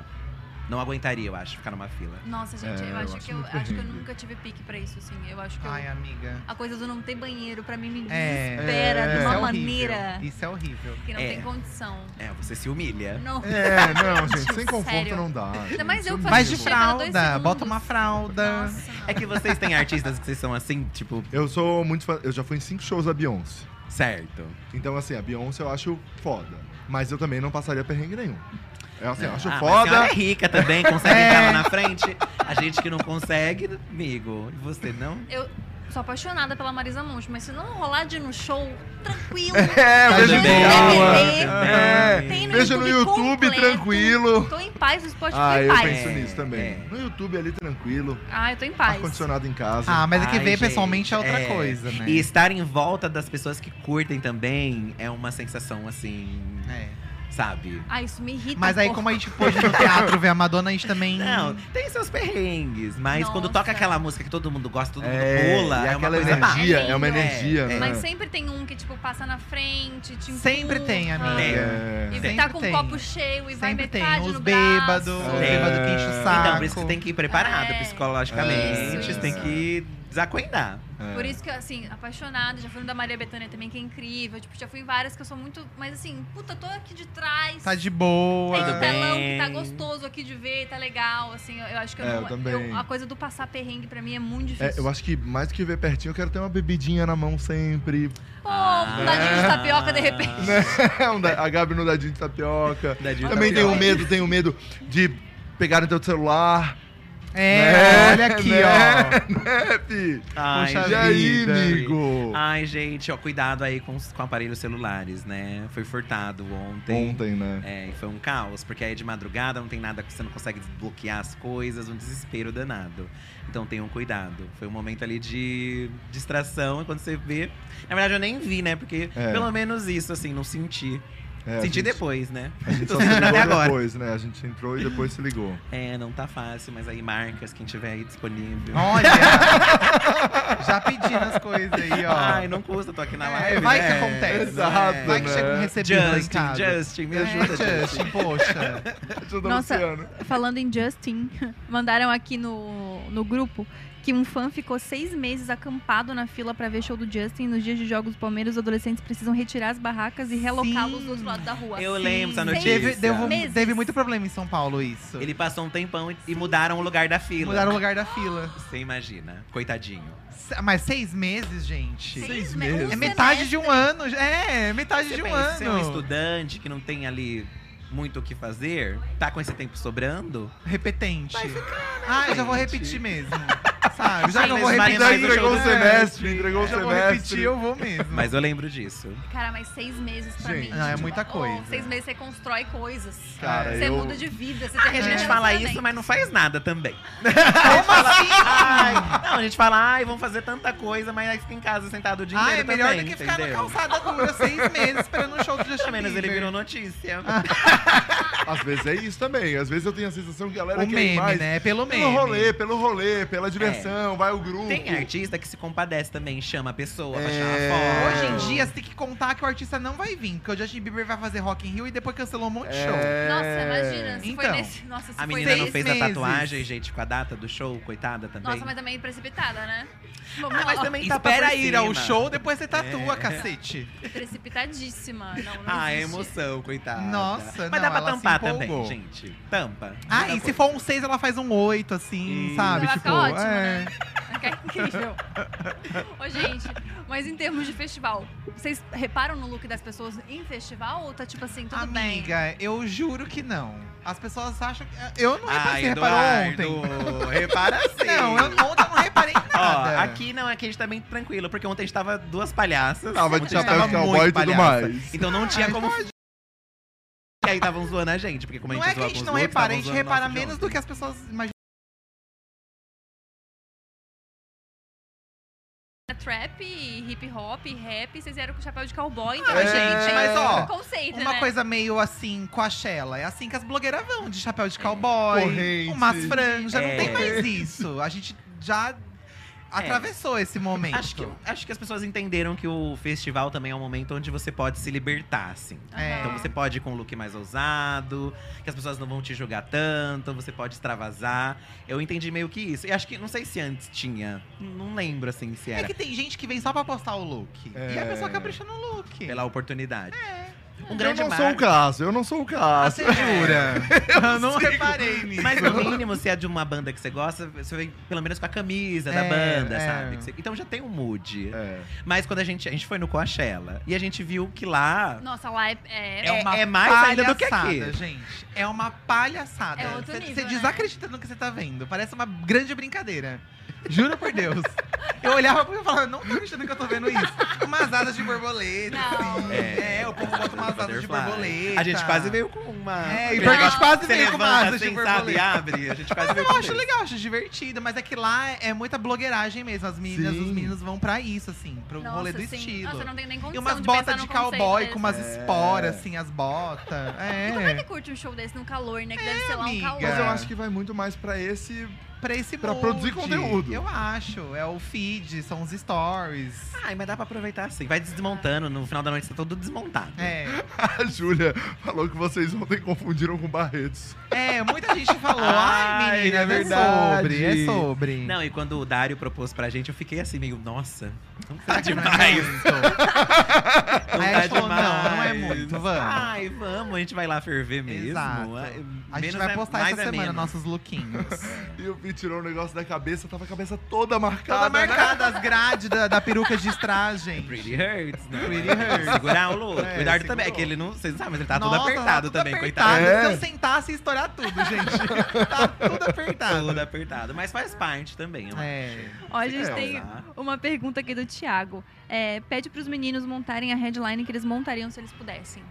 Não aguentaria, eu acho, ficar numa fila.
Nossa, gente,
É,
eu,
eu
acho,
acho
que eu,
muito
acho que eu
horrível.
nunca tive pique pra isso, assim. Eu acho que eu-
Ai, amiga.
a coisa do não ter banheiro, pra mim, me
É.
desespera
É,
de
Isso
uma
é horrível.
maneira
Isso é horrível.
que não
É.
tem condição.
É, você se humilha.
Não.
É, não, gente, sem
Sério.
conforto não dá.
Ainda mais eu que
Vai
faço
de
xixi a cada dois
fralda,
segundos.
bota uma fralda.
Nossa,
É que vocês têm artistas que vocês são assim, tipo,
Eu sou muito fã. Eu já fui em cinco shows da Beyoncé.
certo.
Então, assim, a Beyoncé eu acho foda. Mas eu também não passaria perrengue nenhum. É assim, eu acho
Ah, mas a
foda.
senhora é rica também, consegue
É.
entrar lá na frente. A gente que não consegue, amigo. E você não?
Eu sou apaixonada pela Marisa Monte, mas se não rolar de ir no show, tranquilo.
É,
Tá
vejo
de
de
boa.
Tá
boa. É,
Tem né? no
vejo no
YouTube
YouTube
Tá completo.
tranquilo.
Tô em paz, o Spotify
Ah,
em
eu
paz.
penso
É,
nisso também.
é.
No YouTube ali tranquilo,
Ah, eu tô em paz.
ar-condicionado em casa.
Ah, mas é que
Ai,
ver
gente,
pessoalmente é outra
é.
coisa, né?
E estar em volta das pessoas que curtem também é uma sensação assim,
É.
sabe?
Ah, isso me irrita.
Mas
um
aí,
pouco.
como a gente pôde no teatro ver a Madonna, a gente também.
Não, tem seus perrengues, mas quando
Nossa.
toca aquela música que todo mundo gosta, todo mundo
É,
pula,
e
é uma
aquela
coisa mágica.
energia,
mágica.
é uma
É,
energia, né?
Mas sempre tem um que, tipo, passa na frente, te
Sempre
empurra,
tem, amiga.
Tem.
É.
E
Sempre
tá com o
tem.
copo cheio e vai
Sempre tem.
metade
Os
no
bêbados,
braço.
os
É.
bêbados que enchem o saco.
Então, por isso que tem que ir preparado
É.
psicologicamente,
Isso,
tem
isso.
que desacoendar.
Por isso que, eu, assim, apaixonada. Já fui no da Maria Bethânia também, que é incrível. Tipo, já fui em várias que eu sou muito... Mas, assim, puta, tô aqui de trás.
Tá de boa.
Tem um
Tudo
telão que tá
bem.
gostoso aqui de ver, tá legal, assim, eu, eu acho que eu
É,
não...
eu também.
a coisa do passar perrengue pra mim é muito
É,
difícil.
eu acho que mais do que ver pertinho, eu quero ter uma bebidinha na mão sempre.
Pô, um dadinho de tapioca, de repente.
Um da- a Gabi no dadinho de tapioca.
Dadinho de
Também
tapioca.
tenho medo, tenho medo de pegar o teu celular.
É,
Né?
olha aqui,
Né?
ó.
É, fi.
Ai,
Puxa
E aí,
vida.
amigo?
Ai, gente, ó, cuidado aí com, os- com aparelhos celulares, né? Foi furtado ontem.
Ontem, né?
É, e foi um caos, porque aí de madrugada não tem nada que você não consegue desbloquear as coisas, um desespero danado. Então tenham cuidado. Foi um momento ali de distração, e quando você vê. Na verdade, eu nem vi, né? Porque
É.
pelo menos isso, assim, não senti.
É, a
senti
gente-
depois, né?
A gente
Tô
só se
sentindo
ligou
até agora.
depois, né? A gente entrou e depois se ligou.
É, não tá fácil, mas aí marcas, quem tiver aí disponível.
Olha. Já pedindo as coisas
Né?
aí, ó.
Ai, não custa, tô aqui na
É,
live.
vai
né?
que acontece.
Exato,
Vai que
né?
chega um recebido lá em
Justin,
casa.
Justin, me ajuda,
é,
Justin.
Justin, poxa.
Ajuda
Nossa.
Luciano.
Falando em Justin, mandaram aqui no, no grupo que um fã ficou seis meses acampado na fila pra ver show do Justin. Nos dias de jogos do Palmeiras, os adolescentes precisam retirar as barracas e relocá-los
Sim.
do outro lado da rua.
Eu lembro essa notícia.
Teve,
Seis
deu- um,
meses.
teve muito problema em São Paulo isso.
Ele passou um tempão e- e mudaram o lugar da fila.
Mudaram o lugar da fila.
Você imagina. Coitadinho.
Se- Mas seis meses, gente.
Seis
me-
meses.
um
É metade
semestre.
de um ano. É, é metade
Você
de um
pensa, Você é um
ano.
estudante que não tem ali muito o que fazer, tá com esse tempo sobrando,
Repetente. Ah, eu já vou
gente?
repetir mesmo. Sabe? Já que eu vou
Mas vale
repetir.
Já
mais o
entregou
show
o
do
semestre, entregou o
um Já vou repetir,
semestre.
eu vou mesmo.
mas eu lembro disso.
Cara, mas seis meses pra
Gente.
mim.
Não, é
tipo,
muita
oh,
coisa.
seis meses você constrói coisas.
Cara,
você
eu-
muda de vida, você
A
tem né?
gente fala isso, mas não faz nada também.
Como assim?
Ai, não, a gente fala, ai, vamos fazer tanta coisa, mas aí fica em casa sentado o dia
Ah, é
inteiro
melhor
também,
do que ficar na
entendeu?
calçada dura seis meses esperando um show do Justin
Pelo menos ele
Bieber.
virou notícia.
Às vezes é isso também. Às vezes eu tenho a sensação que a galera
O
quer
meme,
mais.
né? Pelo meme.
Pelo rolê, pelo rolê, pela diversão, vai o grupo.
Tem artista que se compadece também, chama a pessoa pra
É.
chamar
Hoje
foto.
em dia, você tem que contar que o artista não vai vir, porque o Justin Bieber vai fazer Rock in Rio e depois cancelou um monte de show.
É.
Nossa, imagina. Se
Então,
foi nesse... Nossa, se
A
foi
menina não
nesse-
fez
meses.
a tatuagem, gente, com a data do show, coitada também.
Nossa, mas também precipitada, né?
Ah, mas também tá
Espera
pra
ir
cima.
ao show, depois você
É.
tatua, cacete.
Precipitadíssima. Não, não
Ah, é
existe.
emoção, coitada.
Nossa,
Mas dá
não,
pra
ela se
tampar
empolgou.
também, gente. Tampa.
Ah, e se for um 6, ela faz um 8, assim,
Isso.
sabe?
Ela
tipo,
fica ótima, né?
é.
Que é incrível. Ô, gente, mas em termos de festival, vocês reparam no look das pessoas em festival ou tá tipo assim, tudo bem?
Amiga, eu juro que não. As pessoas acham que. Eu não reparei,
Ai,
você
Eduardo,
reparou ontem.
repara sim.
Não, eu ontem eu não reparei em
Ó,
nada.
aqui não, aqui a gente tá bem tranquilo, porque ontem a gente tava duas palhaças.
Tava de
Ontem a gente
chapéu de cowboy e tudo
palhaça.
mais.
Então não tinha como... E aí estavam zoando a gente, porque como
Não
a
é
gente
que a gente não repara, a gente repara menos do que as pessoas imaginam.
Trap, hip hop, rap, vocês vieram com chapéu de cowboy, então,
É,
gente.
mas, ó,
conceito,
Uma
né?
coisa meio assim, com a Shella. É assim que as blogueiras vão, de chapéu de cowboy,
Corrente.
umas franjas. Não
É.
tem mais isso. A gente já atravessou esse momento.
Acho que, acho que as pessoas entenderam que o festival também é um momento onde você pode se libertar, assim.
É.
Então você pode ir com um look mais ousado, que as pessoas não vão te julgar tanto, você pode extravasar. Eu entendi meio que isso. E acho que, não sei se antes tinha, não lembro assim se
É
era,
que tem gente que vem só pra postar o look. E a
É.
pessoa capricha no look.
pela oportunidade. Um
Eu
grande
não
marco.
sou o caso, eu não sou o
Ah,
caso.
É, Você jura? Eu não reparei nisso.
é. Mas no mínimo, se é de uma banda que você gosta, você vem pelo menos com a camisa
É,
da banda,
é.
sabe? Que você- Então já tem um mood.
É.
Mas quando a gente, a gente foi no Coachella e a gente viu que lá
Nossa, lá é. é-
É
É,
um-
uma
é mais ainda do que aqui.
palhaçada, gente. É uma palhaçada.
É outro
Você- Você
nível, né?
desacredita no que você tá vendo. Parece uma grande brincadeira. Juro por Deus. Eu olhava pra mim e falava, não tô acreditando que eu tô vendo isso. Umas asas de borboleta,
Não.
assim. É,
É.
o povo bota umas asas de
Butterfly.
borboleta.
A gente quase veio com
É,
uma.
e
Aquele
porque a gente
negócio
quase
que
veio com uma
levanta
asa de
assim,
borboleta.
sabe, Ah, abre. A gente quase veio
Eu
com
acho
isso.
legal, acho divertido, mas é que lá é muita blogueiragem mesmo. As meninas,
Sim.
os meninos vão pra isso, assim, pro
Nossa,
rolê do
sim.
estilo.
Nossa, eu não tenho nem
e
condição
umas
de
botas
pensar
de
num conceito
cowboy
desse.
com umas
É.
esporas, assim, as botas.
E como é que
É,
curte um show desse no calor, né? Que deve ser lá um
amiga.
calor.
Mas eu acho que vai muito mais pra esse.
pra esse
pra
mood.
produzir conteúdo.
Eu acho, é o feed, são os stories.
Ai, mas dá pra aproveitar assim. Vai desmontando, no final da noite tá todo desmontado.
É,
A Júlia falou que vocês ontem confundiram com Barretos.
é muita gente falou,
Ai,
ai menina,
é
é,
verdade."
sobre, é sobre.
Não, e quando o Dário propôs pra gente, eu fiquei assim, meio, nossa, não
Será
tá
que não é
demais.
muito?
Não
Aí
tá
a gente falou, não, não é
demais.
muito, vamos.
Ai, vamos, a gente vai lá ferver mesmo.
Exato.
Ai,
A gente
menos
vai
é-
postar
mais
essa
é
semana
menos.
nossos lookinhos. Tá
E o Pi tirou um negócio da cabeça, tava a cabeça toda marcada.
Toda
né?
marcada as grades da, da peruca de estragem.
É Pretty Hurts, né?
Pretty hurts.
Segurar o look.
É,
o Dardo também.
segurou.
É que ele não. Vocês não sabem, mas ele tá
Nossa,
todo apertado
tudo
também,
apertado.
coitado.
É.
Se eu sentasse, ia estourar tudo, gente. tá tudo apertado.
Todo apertado. Mas faz parte também. É uma
É.
Ó, a gente
É,
tem uma pergunta aqui do Thiago. É, pede pros meninos montarem a headline que eles montariam se eles pudessem.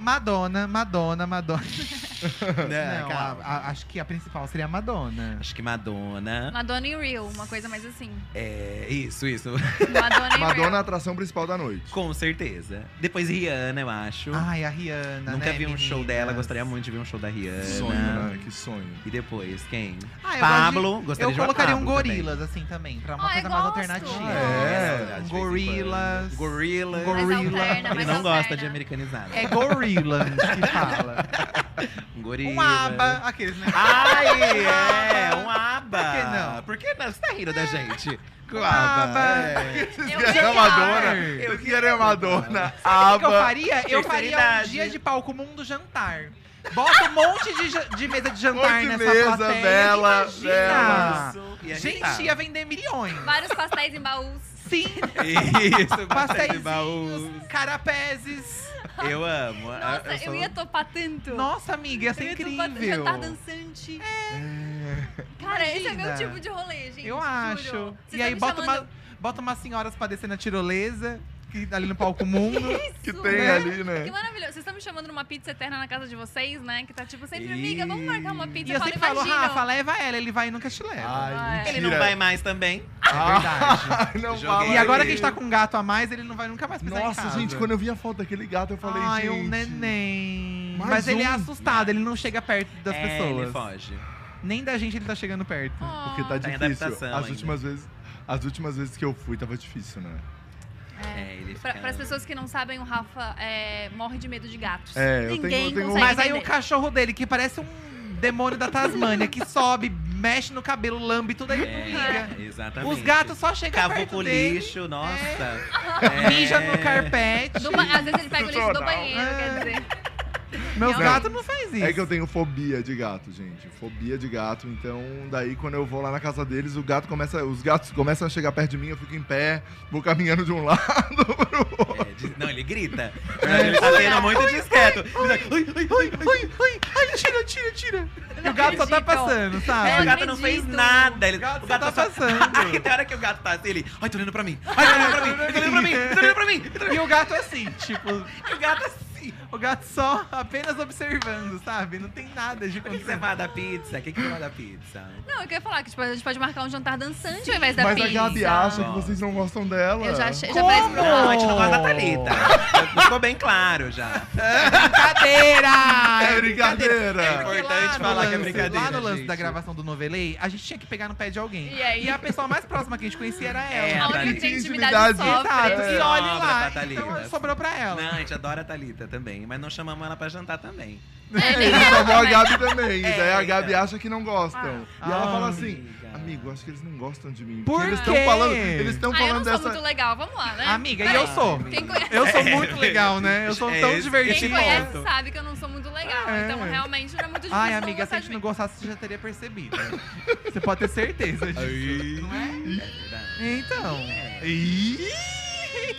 Madonna, Madonna, Madonna.
Não,
É, Não,
Né, calma.
a- a- acho que a principal seria a Madonna.
Acho que Madonna.
Madonna in Real, uma coisa mais assim.
É. Isso, isso.
Madonna in
Madonna é a
Real.
atração principal da noite.
Com certeza. Depois Rihanna, eu acho.
Ai, a Ah, Rihanna,
Nunca
né,
vi um
meninas?
show dela. Gostaria muito de ver um show da Rihanna.
Que sonho, né? Que sonho.
E depois, quem?
Ah, eu gosto
Pablo.
de-
Gostaria
Eu
de ver
colocaria um
Pablo também.
gorilas, assim, também, pra uma
Ah, eu
coisa mais
gosto.
alternativa.
É.
Um Gorilas.
Gorilas.
Gorila.
Mais alterna,
Ele
mais
não
alterna.
gosta de americanizado.
É gorilas. goriland que fala.
Um gorila.
Um aba, aqueles, né?
Ai, é, um aba.
Por que não? É.
Por que não? Você tá rindo da gente? Com
Um
aba.
aba.
é.
Vocês
Eu
querem
queria.
a Madonna?
Eu
Vocês querem a Madonna?
Sabe o que eu
Aba.
faria? Eu faria um
Terceiridade.
dia de palco mundo jantar. Bota um monte de, ja- de mesa
Um
de jantar
Monte de
nessa
mesa,
plateia.
vela,
Imagina!
vela.
é,
E a
Gente, ia vender milhões.
Vários pastéis em baús.
Sim,
Isso, pastéis de baú.
pastéis, carapézes.
Eu amo.
É,
Nossa, eu,
sou-
ia topar tanto.
Nossa, amiga, ia
eu
ser
ia topar
é incrível.
jantar tá dançante. Cara, esse é meu
Imagina.
tipo de rolê, gente.
Eu
juro.
acho.
Você
e
tá
aí
me
bota,
chamando-
uma, bota umas senhoras pra descer na tirolesa, que ali no palco mundo.
Que
Isso,
tem
né?
ali,
Que
né?
maravilhoso. Vocês estão me chamando numa pizza eterna na casa de vocês, né? Que tá tipo sempre, amiga, vamos marcar uma pizza.
e eu
falo,
sempre falo,
imagina.
Rafa, leva ela, ele vai e nunca te leva.
Ai.
Ele não
mentira.
vai mais também.
é verdade.
Ai, não
Joguei.
fala
E agora que a
isso.
gente tá com um gato a mais, ele não vai nunca mais pisar em
Nossa,
casa.
gente, é quando eu vi a foto daquele gato, eu falei,
Ai,
gente...
um neném.
Mais
Mas ele é
um.
assustado, ele não chega perto das
É,
pessoas.
Ele foge.
Nem da gente ele tá chegando perto.
Ah.
Porque tá
Tá em
difícil.
adaptação
As
ainda.
últimas vezes... As últimas vezes que eu fui, tava difícil, né?
É.
É, ele
Pra,
fica-
pras pessoas que não sabem, o Rafa é, morre de medo de gatos.
É, eu tenho-
Ninguém
eu tenho-
consegue
Mas aí o
entender.
cachorro dele, que parece um demônio da Tasmânia, que sobe, mexe no cabelo, lambe tudo aí, não liga.
É, exatamente.
Os gatos só chegam
Cavuca
perto
o
dele,
lixo, nossa. É.
mija no carpete.
Do ba- Às vezes ele pega o lixo do
Sensacional.
banheiro,
É.
quer dizer.
Meus
Não.
gatos não faz isso.
É que eu tenho fobia de gato, gente. Fobia de gato. Então, daí quando eu vou lá na casa deles, o gato começa, os gatos começam a chegar perto de mim, eu fico em pé, vou caminhando de um lado pro outro.
É, diz- Não, ele grita. Ele tá sendo muito discreto. Ele tá- Ui, ui, ui, ui.
Ai, ai, ai, tira, tira, tira. E o gato só tá
acredito.
passando,
É,
O
eu
sabe?
gato não fez
acredito.
nada. Ele,
O gato
o
só tá
gato só- Ai,
passando.
tem hora que o gato tá assim, ele. Ai, tô olhando pra mim. Ai, tô olhando pra mim. Ai, Tô olhando pra mim. Tô olhando pra mim. tô olhando
E o gato é assim, tipo,
pra mim." E o gato assim.
o gato só apenas observando, sabe? Não tem nada de
O que, que você
acontecer.
vai da pizza? O que, que você vai da pizza?
Não, eu queria falar que tipo, a gente pode marcar um jantar dançante ao invés da
Mas
pizza.
a Gabi acha que
Nossa.
vocês não gostam dela.
Eu já achei. Já
Como?
parece...
Não, a gente não gosta da Thalita. Ficou bem claro já.
Brincadeira!
É brincadeira.
É porque lá
É importante
no
falar que é
lance-
brincadeira,
Lá no lance
gente.
da gravação do Novelei, a gente tinha que pegar no pé de alguém.
E aí?
a pessoa mais próxima que a gente conhecia era
É,
A
ela.
única que
Thalita.
tem
Intimidade.
intimidade sofre.
Exato. E
Sobra
olha lá.
pra Thalita.
Então sobrou pra ela.
Não, a gente adora a Thalita também, mas não chamamos ela pra jantar também.
É,
Ele
nem
chamou a
ela, né?
Gabi também.
É,
e daí a Gabi
então.
acha que não gostam.
Ah.
e ela
Ah,
fala assim:
amiga.
Amigo, acho que eles não gostam de mim.
Por
porque eles estão
quê?
falando, eles estão
Ah, eu não
falando
sou
dessa.
muito legal, vamos lá, né?
Amiga, e eu sou.
Quem conhece,
Eu sou um
É.
muito legal, né? Eu sou
É
tão
esse-
quem
divertido.
conhece
ponto.
sabe que eu não sou muito legal.
É.
Então, realmente, não é muito difícil.
Ai,
não
amiga, se
gostar
a
de
gente
mim.
não gostasse, você já teria percebido. né? Você pode ter certeza disso. Não é?
É verdade.
Então.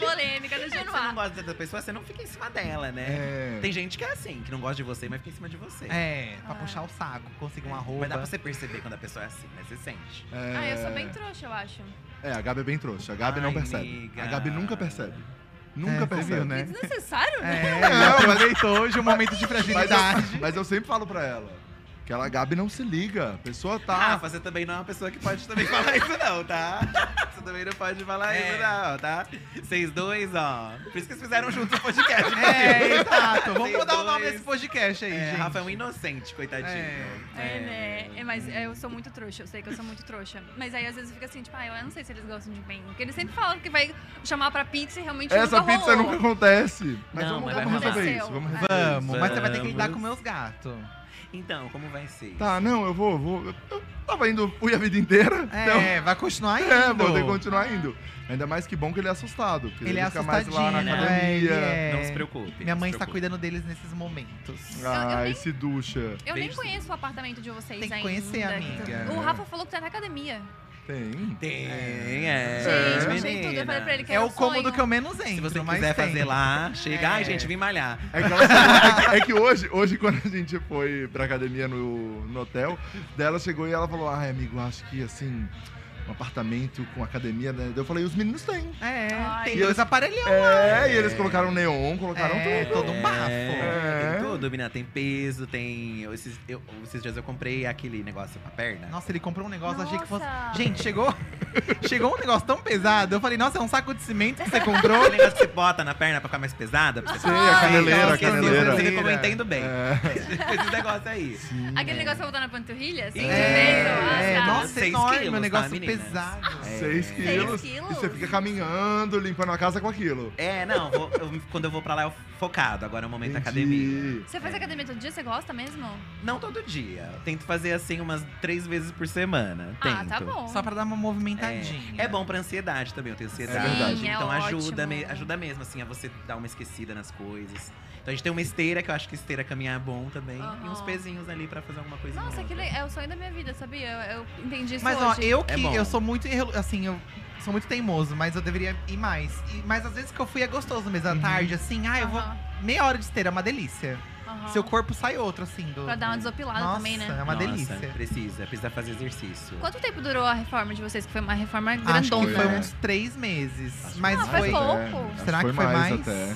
Polêmica,
Se
deixa
você
Tá no
não
ar.
gosta da pessoa, você não fica em cima dela, né?
É.
Tem gente que é assim, que não gosta de você, mas fica em cima de você.
É, pra puxar o saco, conseguir um uma roupa.
Mas dá pra você perceber quando a pessoa é assim, né? Você sente.
É,
Ah, eu sou bem trouxa, eu acho.
É, a Gabi é bem trouxa. A Gabi não
Ai,
percebe.
amiga.
A Gabi nunca percebe.
É,
Nunca
você
percebe.
viu, né?
Desnecessário, né?
É, ela aproveitou hoje um momento
Mas
de
eu,
fragilidade.
mas eu sempre falo pra ela que ela, a Gabi não se liga. A pessoa tá.
Rafa, você também não é uma pessoa que pode também falar isso, não, tá? Você também não pode falar
É.
isso, não, tá? Vocês dois, ó. Por isso que eles fizeram juntos o podcast.
É, exato. Vamos
Vocês
mudar o nome
dois.
desse podcast aí,
É,
gente.
Rafa é um inocente, coitadinho.
É.
É, né? É, mas é, eu sou muito trouxa, eu sei que eu sou muito trouxa. Mas aí às vezes fica assim, tipo, ah, eu não sei se eles gostam de mim. Porque eles sempre falam que vai chamar pra pizza e realmente
Essa
nunca
pizza
rolou. É.
nunca acontece. Mas
Não,
vamos,
mas vai
vamos resolver
rolar.
isso. Vamos resolver
Vamos, mas você vai ter que
Vamos.
lidar com meus gatos.
Então, como vai ser?
isso. Tá, não, eu vou, vou. Eu tava indo, fui a vida inteira.
É, vai continuar
Então,
indo.
é, vou ter que continuar indo. Ainda mais que bom que ele é assustado. Porque
Ele é
fica mais lá na
assustadinho, né?
academia.
Ele é-
Não se preocupe.
Minha
não
mãe
se
está
preocupe.
cuidando deles nesses momentos.
Eu- eu
Ai,
nem-
se Ah, ducha.
Eu nem
Beijo.
conheço o apartamento de vocês
Tem que
ainda.
conhecer, amiga.
O Rafa falou que tem até academia.
Tem.
Tem, é.
Gente, eu achei
menina.
tudo. Eu falei pra ele que
É
era
o
um
cômodo
sonho.
que eu menos entro,
né? Se você
mas
quiser
tem.
fazer lá, chega. Ai,
É.
gente, vim malhar.
É que, ela- é que hoje, hoje, quando a gente foi pra academia no, no hotel, daí ela chegou e ela falou: Ai, amigo, acho que assim, um apartamento com academia, né? Daí Eu falei: Os meninos têm.
É,
Ai.
tem
E
dois
eu-
aparelhão.
É, e eles colocaram neon, colocaram
É,
tudo.
todo um bafo.
É,
É.
Tem tudo, menina. Tem peso, tem. eu- Esses, eu- esses dias eu comprei aquele negócio pra perna.
Nossa, ele comprou um negócio, achei que fosse...
Nossa.
Gente, chegou... chegou um negócio tão pesado, eu falei, nossa, é um saco de cimento que você comprou?
Aquele negócio que você bota na perna pra ficar mais pesada. Pra você
Sim, a caneleira,
Nossa,
a
esqueci,
caneleira. É.
Você vê como eu entendo bem. Esses negócios aí.
Aquele negócio pra botar na panturrilha, assim,
É,
de vento. Ah,
é,
tá.
nossa,
Seis
enorme,
quilos,
um
tá,
negócio
menina?
pesado.
É.
Seis quilos.
Seis quilos.
E
é
você fica caminhando, limpando a casa com aquilo.
É, não, vou- eu- quando eu vou pra lá, eu focado. Agora é o momento
Entendi.
academia.
Você faz academia todo dia? Você gosta mesmo?
Não todo dia. Eu Tento fazer assim umas três vezes por semana.
Ah,
Tento.
tá bom.
Só pra dar uma movimentadinha.
É bom pra ansiedade também, eu tenho ansiedade.
Sim, verdade.
é
então ajuda,
ótimo.
me- ajuda mesmo, assim, a você dar uma esquecida nas coisas. Então a gente tem uma esteira, que eu acho que esteira caminhar é bom também. E
Aham.
uns pezinhos ali pra fazer alguma coisa.
Nossa, aquilo é o sonho da minha vida, sabia? Eu, eu entendi isso
Mas ó,
hoje.
eu que
É bom.
eu sou muito irrelu- assim, eu sou muito teimoso, mas eu deveria ir mais. E- mas às vezes que eu fui é gostoso mesmo à
Uhum.
tarde, assim, ah, eu vou
Aham,
meia hora de esteira, é uma delícia.
aham.
Seu corpo sai outro assim do
Pra dar uma desopilada
Nossa,
também, né?
É uma delícia.
Precisa, precisa fazer exercício.
Quanto tempo durou a reforma de vocês? Que foi uma reforma
Acho que
grandona,
foi
né?
uns três meses,
Acho que
mas
Ah, faz
foi
pouco.
acho
Será que foi mais?
É, até.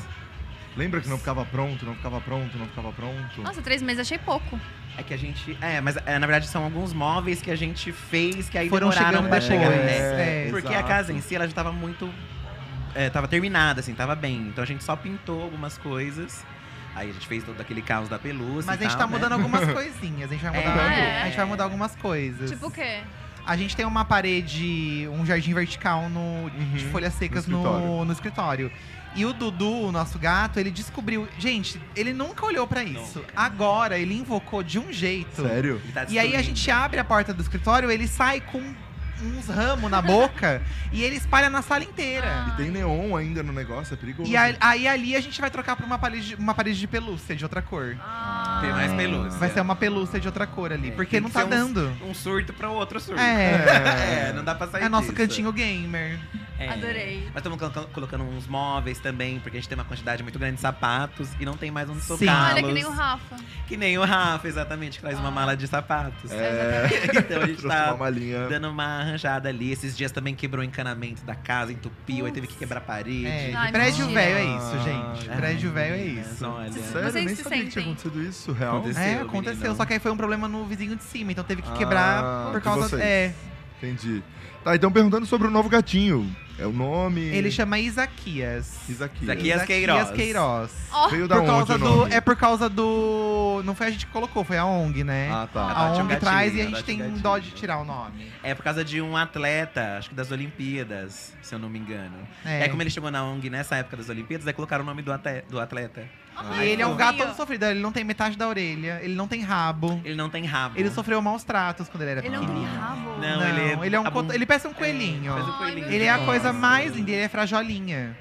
Lembra que não ficava pronto, não ficava pronto, não ficava pronto?
um-
Nossa, três meses achei pouco.
É que a gente. É, mas é, na verdade são alguns móveis que a gente fez que aí
foram
demoraram
chegando
pra
depois.
chegar. né?
É,
É.
Porque
exato.
a casa em si, ela já tava muito. É, tava terminada, assim, tava bem. Então a gente só pintou algumas coisas. Aí a gente fez todo aquele caos da pelúcia.
Mas
e
a gente
tal,
tá
né?
mudando algumas coisinhas, a gente vai
É.
mudar,
É.
a gente vai mudar algumas coisas.
Tipo o quê?
A gente tem uma parede, um jardim vertical no, de
Uhum,
folhas secas
no
no
escritório.
escritório. No, escritório. E o Dudu, o nosso gato, ele descobriu. Gente, ele nunca olhou pra isso.
Nunca.
Agora, ele invocou de um jeito.
Sério?
Ele tá
E aí a
destruindo.
gente abre a porta do escritório, ele sai com uns ramos na boca e ele espalha na sala inteira.
Ah.
E tem neon ainda no negócio, é perigoso.
E aí, aí ali a gente vai trocar pra uma parede, uma parede de pelúcia de outra cor.
Ah,
Tem mais pelúcia.
É, Vai ser uma pelúcia de outra cor ali,
É,
porque
tem
não
que
tá
ser uns-
dando.
Um surto pra outro surto.
É.
É, não dá pra sair
É nosso
disso.
cantinho gamer.
É.
Adorei.
Mas estamos colocando, colocando uns móveis também, porque a gente tem uma quantidade muito grande de sapatos e não tem mais onde
Sim.
socá-los.
Olha que nem o Rafa.
Que nem o Rafa, exatamente, que traz uma
Ah.
mala de sapatos.
É,
Então a gente
trouxe uma
tá
malinha.
dando uma arranjada ali. Esses dias também quebrou o encanamento da casa, entupiu, aí teve que quebrar a parede.
É,
Ai,
prédio
mentira.
velho é isso, gente.
Ai,
Prédio velho é
meninas,
isso.
Olha.
Sério,
Vocês
nem
se
sabia que tinha
sentem?
aconteceu isso, real.
Aconteceu.
É, aconteceu.
menino.
Só que aí foi um problema no vizinho de cima, então teve que
Ah,
quebrar por
de
causa.
vocês.
É,
Entendi. Tá, então perguntando sobre o novo gatinho. É o nome.
ele chama Isaquias.
Isaquias.
Isaquias. Queiroz.
Queiroz.
Ó,
Veio da
Por
onde
causa
o
do.
nome?
É por causa do. Não foi a gente que colocou, foi a ONG, né?
Ah, tá.
a
Adote um
ONG
gatinho,
traz e a gente
adote um
tem
gatinho.
dó de tirar o nome. né?
É por causa de um atleta, acho que das Olimpíadas, se eu não me engano. É, como ele chegou na ONG nessa época das Olimpíadas, aí colocaram o nome do, ate- do atleta.
ó,
E ele é um
fofinho.
gato todo sofrido, ele não tem metade da orelha, ele não tem rabo.
Ele não tem rabo.
Ele sofreu maus tratos quando ele era
Ele é um
pequeno.
rabo.
Não,
Não,
ele
ele
é-
é um
a
co-
bom-
ele parece um
É,
coelhinho.
faz um o
Ai,
coelhinho.
meu
Ele é a
Nossa.
coisa mais linda, ele é frajolinha.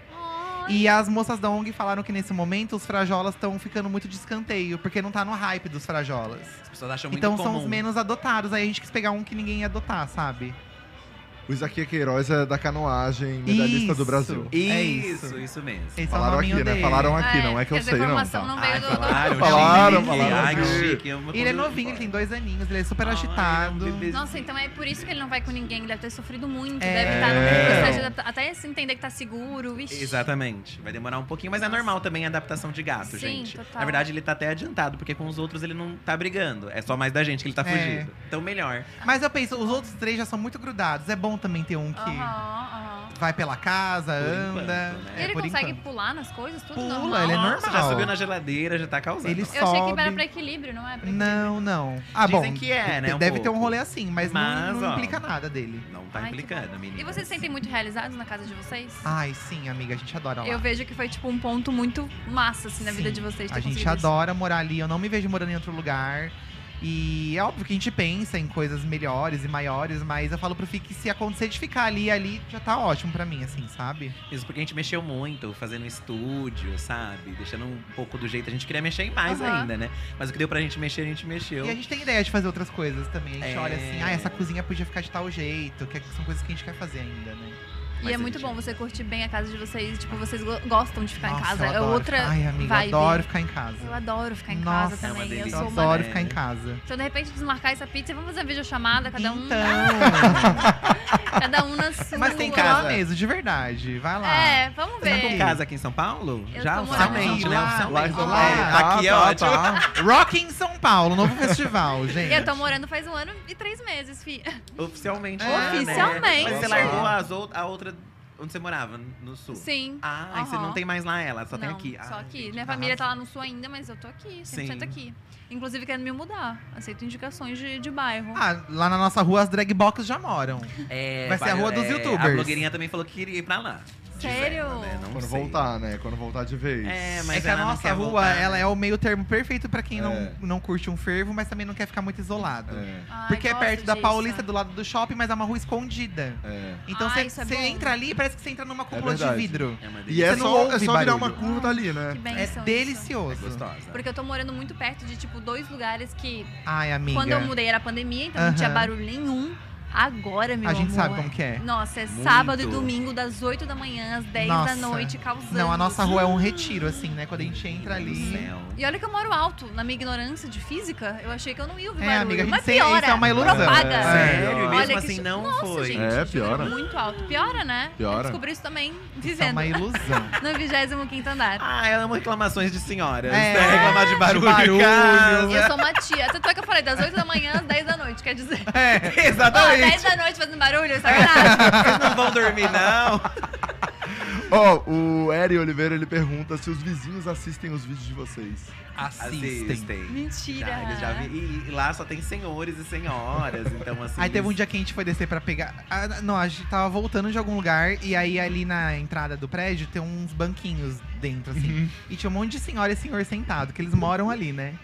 Ai.
E as moças da ONG falaram que nesse momento os frajolas estão ficando muito de escanteio, porque não tá no hype dos frajolas.
As pessoas acham é muito
Então
comum.
são os menos adotados, aí a gente quis pegar um que ninguém ia adotar, sabe?
O Isaquias Queiroz é da canoagem, medalhista do
Isso.
Brasil.
É
Isso, isso,
isso.
mesmo.
Esse é o
Falaram
nominho
aqui, né?
dele.
Falaram aqui,
É,
não é que
quer
eu
dizer, a
sei, não.
informação não veio
Ai,
do- do-
falaram,
Falaram,
gente.
falaram
Ai, que
assim.
chique. eu vou
Ele é
poder-
novinho, ele tem dois aninhos, ele é super
Ai,
agitado.
é um bebezinho.
Nossa, então é por isso que ele não vai com ninguém. Ele deve ter sofrido muito.
É.
Deve estar no
É.
processo de adapta- até se entender que tá seguro. Vixe.
Exatamente. Vai demorar um pouquinho, mas é normal também a adaptação de
Sim,
gato, gente.
total.
Na verdade, ele tá até adiantado, porque com os outros ele não tá brigando. É só mais da gente que ele tá
É.
fugindo. Então, melhor.
Mas eu penso, os outros três já são muito grudados. É bom também ter um que
Aham, aham.
vai pela casa,
Por
anda.
enquanto, né?
E
É,
ele
por
consegue
enquanto.
pular nas coisas? Tudo
Pula,
normal?
ele é normal.
Nossa, já subiu na geladeira, já tá causando.
Ele
Eu achei que
sobe.
era pra equilíbrio, não é? Pra
Não, não. Ah,
Dizem
bom.
que é, né, um
deve ter um
pouco.
rolê assim, mas, não-
Mas,
não,
ó.
implica nada dele.
Não tá
Ai, que
implicando, menina.
E vocês se sentem muito realizados na casa de vocês?
Ai, sim, amiga, a gente adora lá.
Eu vejo que foi, tipo, um ponto muito massa, assim, na vida
Sim,
de vocês. ter
A gente
conseguido isso.
adora morar ali, eu não me vejo morando em outro lugar. E é óbvio que a gente pensa em coisas melhores e maiores, mas eu falo pro Fi que se acontecer de ficar ali, ali já tá ótimo pra mim, assim, sabe?
Isso porque a gente mexeu muito, fazendo estúdio, sabe? Deixando um pouco do jeito. A gente queria mexer em mais
Aham.
ainda, né? Mas o que deu pra gente mexer, a gente mexeu.
E a gente tem ideia de fazer outras coisas também. A gente
É.
olha assim, ah, essa cozinha podia ficar de tal jeito, que é- são coisas que a gente quer fazer ainda, né?
E
Mas
é
a
muito
gente-
bom você curtir bem a casa de vocês. Tipo, vocês go- gostam de ficar em casa.
eu
É
adoro
outra
ficar- Ai, amiga,
vibe.
eu adoro ficar em casa.
Eu adoro ficar em
Nossa,
casa
é
também.
uma
eu
delícia.
sou
Eu
uma...
adoro
né?
ficar em casa.
Então, de repente, desmarcar essa pizza e vamos fazer videochamada, cada um,
Então,
cada um na sua.
mas tem que ir
casa.
lá mesmo, de verdade. Vai lá.
Ah,
É, vamos
Vocês estão
ver.
tá com casa aqui em São Paulo?
Eu
já
tô morando Ah, em
oficialmente,
São
né?
Paulo.
Lá
Oficialmente.
isolado.
Olá.
Tá,
aqui é
tá,
ótimo.
tá.
Rock em São Paulo, novo festival, gente.
E eu tô morando faz um ano e três meses, fi.
Oficialmente.
É,
lá, né?
Oficialmente.
Mas você largou as ou- a outra Onde você morava? No sul?
Sim.
Ah, e você
Aham.
não tem mais lá ela, só tem
Não,
aqui.
Só
Ah,
aqui.
gente,
Minha
arrasa.
família tá lá no sul ainda, mas eu tô aqui, 100%
Sim.
aqui. Inclusive querendo me mudar. Aceito indicações de, de bairro.
Ah, lá na nossa rua as drag box já moram.
É,
Vai ser a rua dos youtubers.
A blogueirinha também falou que queria ir pra lá.
Sério?
Dizendo, né? Não
Quando
sei.
voltar, né? Quando voltar de vez.
É,
Mas é
mas
que a
ela não
nossa
quer
rua,
voltar,
ela
né?
é o meio termo perfeito pra quem
É.
não, não curte um fervo, mas também não quer ficar muito isolado.
É,
Ai,
Porque é
gosto
perto da
disso.
Paulista, do lado do shopping, mas é uma rua escondida.
é.
Então
Ah,
você
isso é
você
bom.
entra ali e parece que você entra numa cúpula de
verdade.
vidro.
É uma
E
delícia.
é
Você não
só, é
ouve
só virar uma
barulho.
curva ali, né?
Que bem
É
É
delicioso.
gostosa.
Porque eu tô morando muito perto de, tipo, dois lugares que
Ai, amiga.
Quando eu mudei era pandemia, então não tinha
Aham.
barulho nenhum. Agora, meu
a gente
amor.
sabe como que é.
Nossa, é
Muito.
sábado e domingo, das 8 da manhã às 10 da
Nossa.
noite, causando.
Não, a nossa rua é um retiro, assim, né? Quando a gente
um
entra ali.
E olha que eu moro alto. Na minha ignorância de física, eu achei que eu não ia ouvir
É,
barulho.
amiga, a gente
mas
sei- isso
piora.
é uma ilusão.
Propaga.
É.
Sério,
Olha
mesmo
que
assim
isso-
não
Nossa,
foi.
gente,
É,
juro,
piora.
Muito alto. Piora, né?
Piora.
Eu descobri isso também
Isso é
vivendo.
uma ilusão.
25 andar.
Ah, eu amo reclamações de senhoras.
É.
né? Reclamar de barulho.
barulho.
em casa.
Eu sou uma tia. Tanto é que eu falei das 8 da manhã às 10 da noite, quer dizer. Ó,
É,
10 da noite fazendo barulho, sacanagem.
Vocês não vão dormir, não.
Ó, o Eri Oliveira, ele pergunta se os vizinhos assistem os vídeos de vocês.
Assistem.
Mentira.
Já, eles já vi- e, e lá só tem senhores e senhoras, então assim.
Aí teve um dia que a gente foi descer pra pegar. Ah, não, a gente tava voltando de algum lugar e aí ali na entrada do prédio tem uns banquinhos dentro, assim.
Uhum.
E tinha um monte de senhora e senhor sentado, que eles moram ali, né?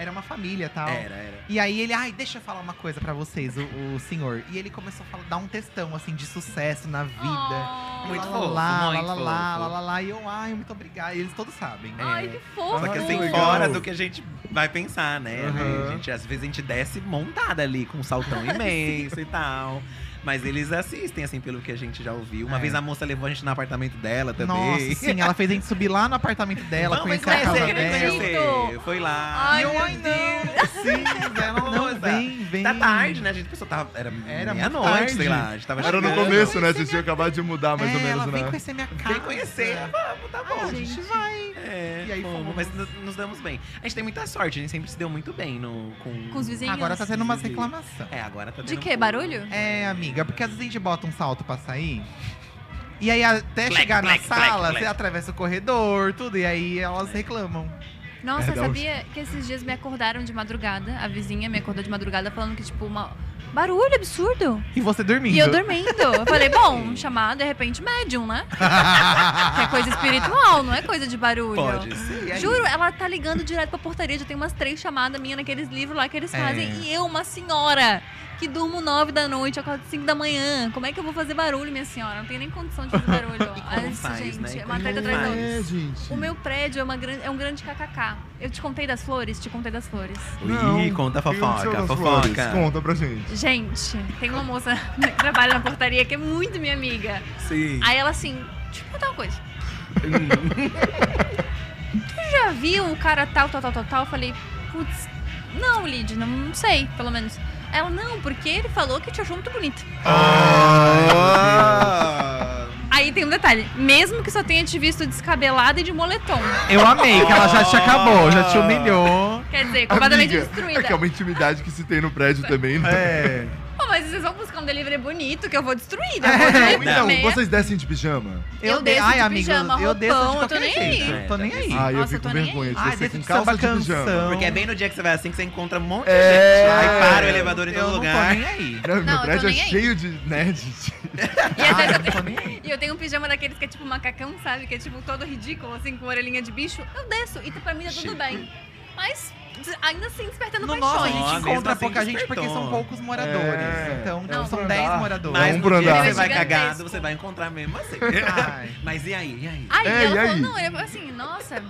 Era uma família e tal.
Era, era.
E aí ele, ai, deixa eu falar uma coisa pra vocês, o, o senhor. E ele começou a falar- dar um textão, assim, de sucesso na vida.
Oh.
Muito
lá,
fofo,
lá,
muito
lá, lá,
fofo.
lá, lá, lá. E eu, ai, muito obrigado. E eles todos sabem. né?
Ai,
É.
que fofo.
Só que
Ai,
assim,
legal.
fora do que a gente vai pensar, né?
Uhum.
A gente, às vezes a gente desce montada ali, com um saltão imenso e tal. Mas eles assistem, assim, pelo que a gente já ouviu. Uma
É.
vez a moça levou a gente no apartamento dela também.
Nossa, sim, ela fez a gente subir lá no apartamento dela,
Vamos
conhecer a casa
conhecer,
dela.
acredito.
conhecer. Foi lá.
Ai,
E eu,
meu
ai, não.
Deus.
Sim, né, ela
Nossa.
não vem, vem.
Tá tarde, né? A gente pensou, tava, era,
Era muito
meia-noite,
tarde.
sei lá. A gente tava
Era no
chegando.
começo, né? Vocês tinham acabado de mudar, mais
é,
ou menos,
ela vem
né?
conhecer minha casa.
Vem conhecer,
É.
vamos, tá bom.
Ah, a gente vai.
É,
E aí
fomos,
fomos.
mas nos, nos damos bem. A gente tem muita sorte, a gente sempre se deu muito bem no, com...
Com os vizinhos.
Agora tá tendo umas reclamações.
É, agora tá
De
tendo
que?
um-
Barulho?
É, amiga, porque às vezes a gente bota um salto pra sair. E aí, até
Black,
chegar
black,
na sala,
black, black.
você atravessa o corredor, tudo. E aí, elas reclamam.
Nossa,
É, dá um-
sabia que esses dias me acordaram de madrugada. A vizinha me acordou de madrugada falando que, tipo, uma... Barulho absurdo.
E você dormindo.
E eu dormindo. Eu falei, bom, chamar de repente médium, né? Que é coisa espiritual, não é coisa de barulho.
Pode ser. e aí?
Juro, ela tá ligando direto pra portaria. Já tem umas três chamadas minhas naqueles livros lá que eles
É.
fazem. E eu, uma senhora, que durmo nove da noite, acordo cinco da manhã. Como é que eu vou fazer barulho, minha senhora? Não tem nem condição de fazer barulho.
E como
Ai, isso,
faz,
gente,
né? E
é uma
como
treta atrás da
faz?
outra.
É, gente.
O meu prédio é, uma gran- é um grande kkk. Eu te contei das flores? Te contei das flores.
Ih,
Não.
conta a
E o seu
fofoca,
das
fofoca.
flores? Conta pra gente.
Gente, tem uma moça que trabalha na portaria que é muito minha amiga.
Sim.
Aí ela assim, deixa eu contar uma coisa. Tu já viu o cara tal, tal, tal, tal, tal? Eu falei, putz, não, Lid, não, não sei, pelo menos. Ela, não, porque ele falou que te achou muito bonita.
Ah,
Ah,
Aí tem um detalhe, mesmo que só tenha te visto descabelada e de moletom.
Eu amei, que ela já te acabou, já te humilhou.
Quer dizer, completamente
Amiga,
destruída.
É que é uma intimidade que se tem no prédio também, né?
É.
Pô, mas vocês vão buscar um delivery bonito que eu vou destruir. né?
É,
Eu vou
Então,
comer.
vocês descem de pijama?
Eu desço de pijama,
eu desço
roupão,
de
eu tô
qualquer
nem
jeito.
aí.
Eu Tô nem aí.
Ai, eu
Nossa, eu
fico
tô
com
nem
vergonha de
Ai,
descer
desço
com
tá
de
calça
samba
de pijama.
canção.
Porque é bem no dia que você vai assim que você encontra um monte de
então- É.
gente. Aí para o elevador em
Eu
todo
não tô
lugar.
nem aí.
Não,
Não,
eu
meu
tô
prédio é
nem aí.
cheio de nerd. tá
E às
Ai,
vezes
eu não tô nem aí.
E eu tenho um pijama daqueles que é tipo macacão, sabe? Que é tipo todo ridículo, assim, com orelhinha de bicho. Eu desço e pra mim tá tudo
Chique.
bem. Mas ainda assim despertando
No nosso, a
paixões.
Ó,
gente
mesmo
encontra
assim
pouca gente
despertou.
porque são poucos moradores.
É.
Então,
É
não,
um
são
pra
10
andar.
moradores.
Mas
um
no dia
andar.
que você vai
É Gigantesco.
cagado, você vai encontrar mesmo assim.
Ai.
Mas e aí? E aí?
Aí ela
É, e
falou,
aí?
não, ele falou assim, nossa,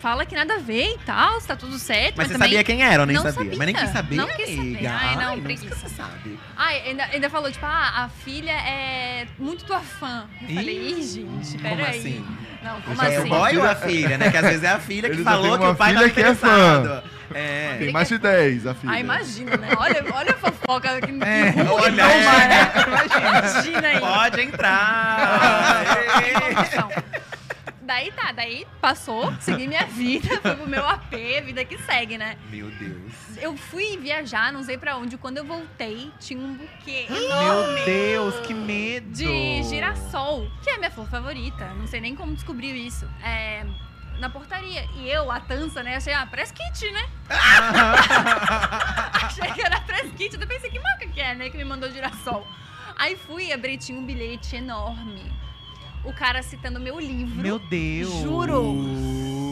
fala que nada a ver e tal, se tá tudo certo. Mas,
Mas você
também.
sabia quem era, ou nem
não
sabia? Mas nem
sabia.
quis saber,
Não quis saber.
amiga.
Ai, não,
por isso
preguiça.
que você sabe.
Ai, ainda, ainda falou, tipo, ah, a filha é muito tua fã. Eu
Ih,
falei, ih, gente,
Como
peraí.
assim?
Não, como
Mas é o
assim?
boy ou a filha, né? Que às vezes é a filha que
Ele já
falou
tem
que
uma
o pai tá
filha que é
interessado. É.
Tem mais de 10, a filha.
Ah, imagina, né? Olha, olha a fofoca que
É.
que ruim,
Olha, é.
né? Imagina aí.
Pode entrar!
Informação. Daí tá, daí passou, segui minha vida, fui pro meu AP, vida que segue, né?
Meu Deus.
Eu fui viajar, não sei pra onde. Quando eu voltei, tinha um buquê
Meu Deus, que medo!
de girassol, que é a minha flor favorita. Não sei nem como descobriu isso. É, na portaria. E eu, a tança, né? Achei, ah, press kit, né? Achei que era press kit. Eu pensei, que marca que é, né? Que me mandou girassol. Aí fui, abri, tinha um bilhete enorme. O cara citando meu livro.
Meu Deus!
Juro.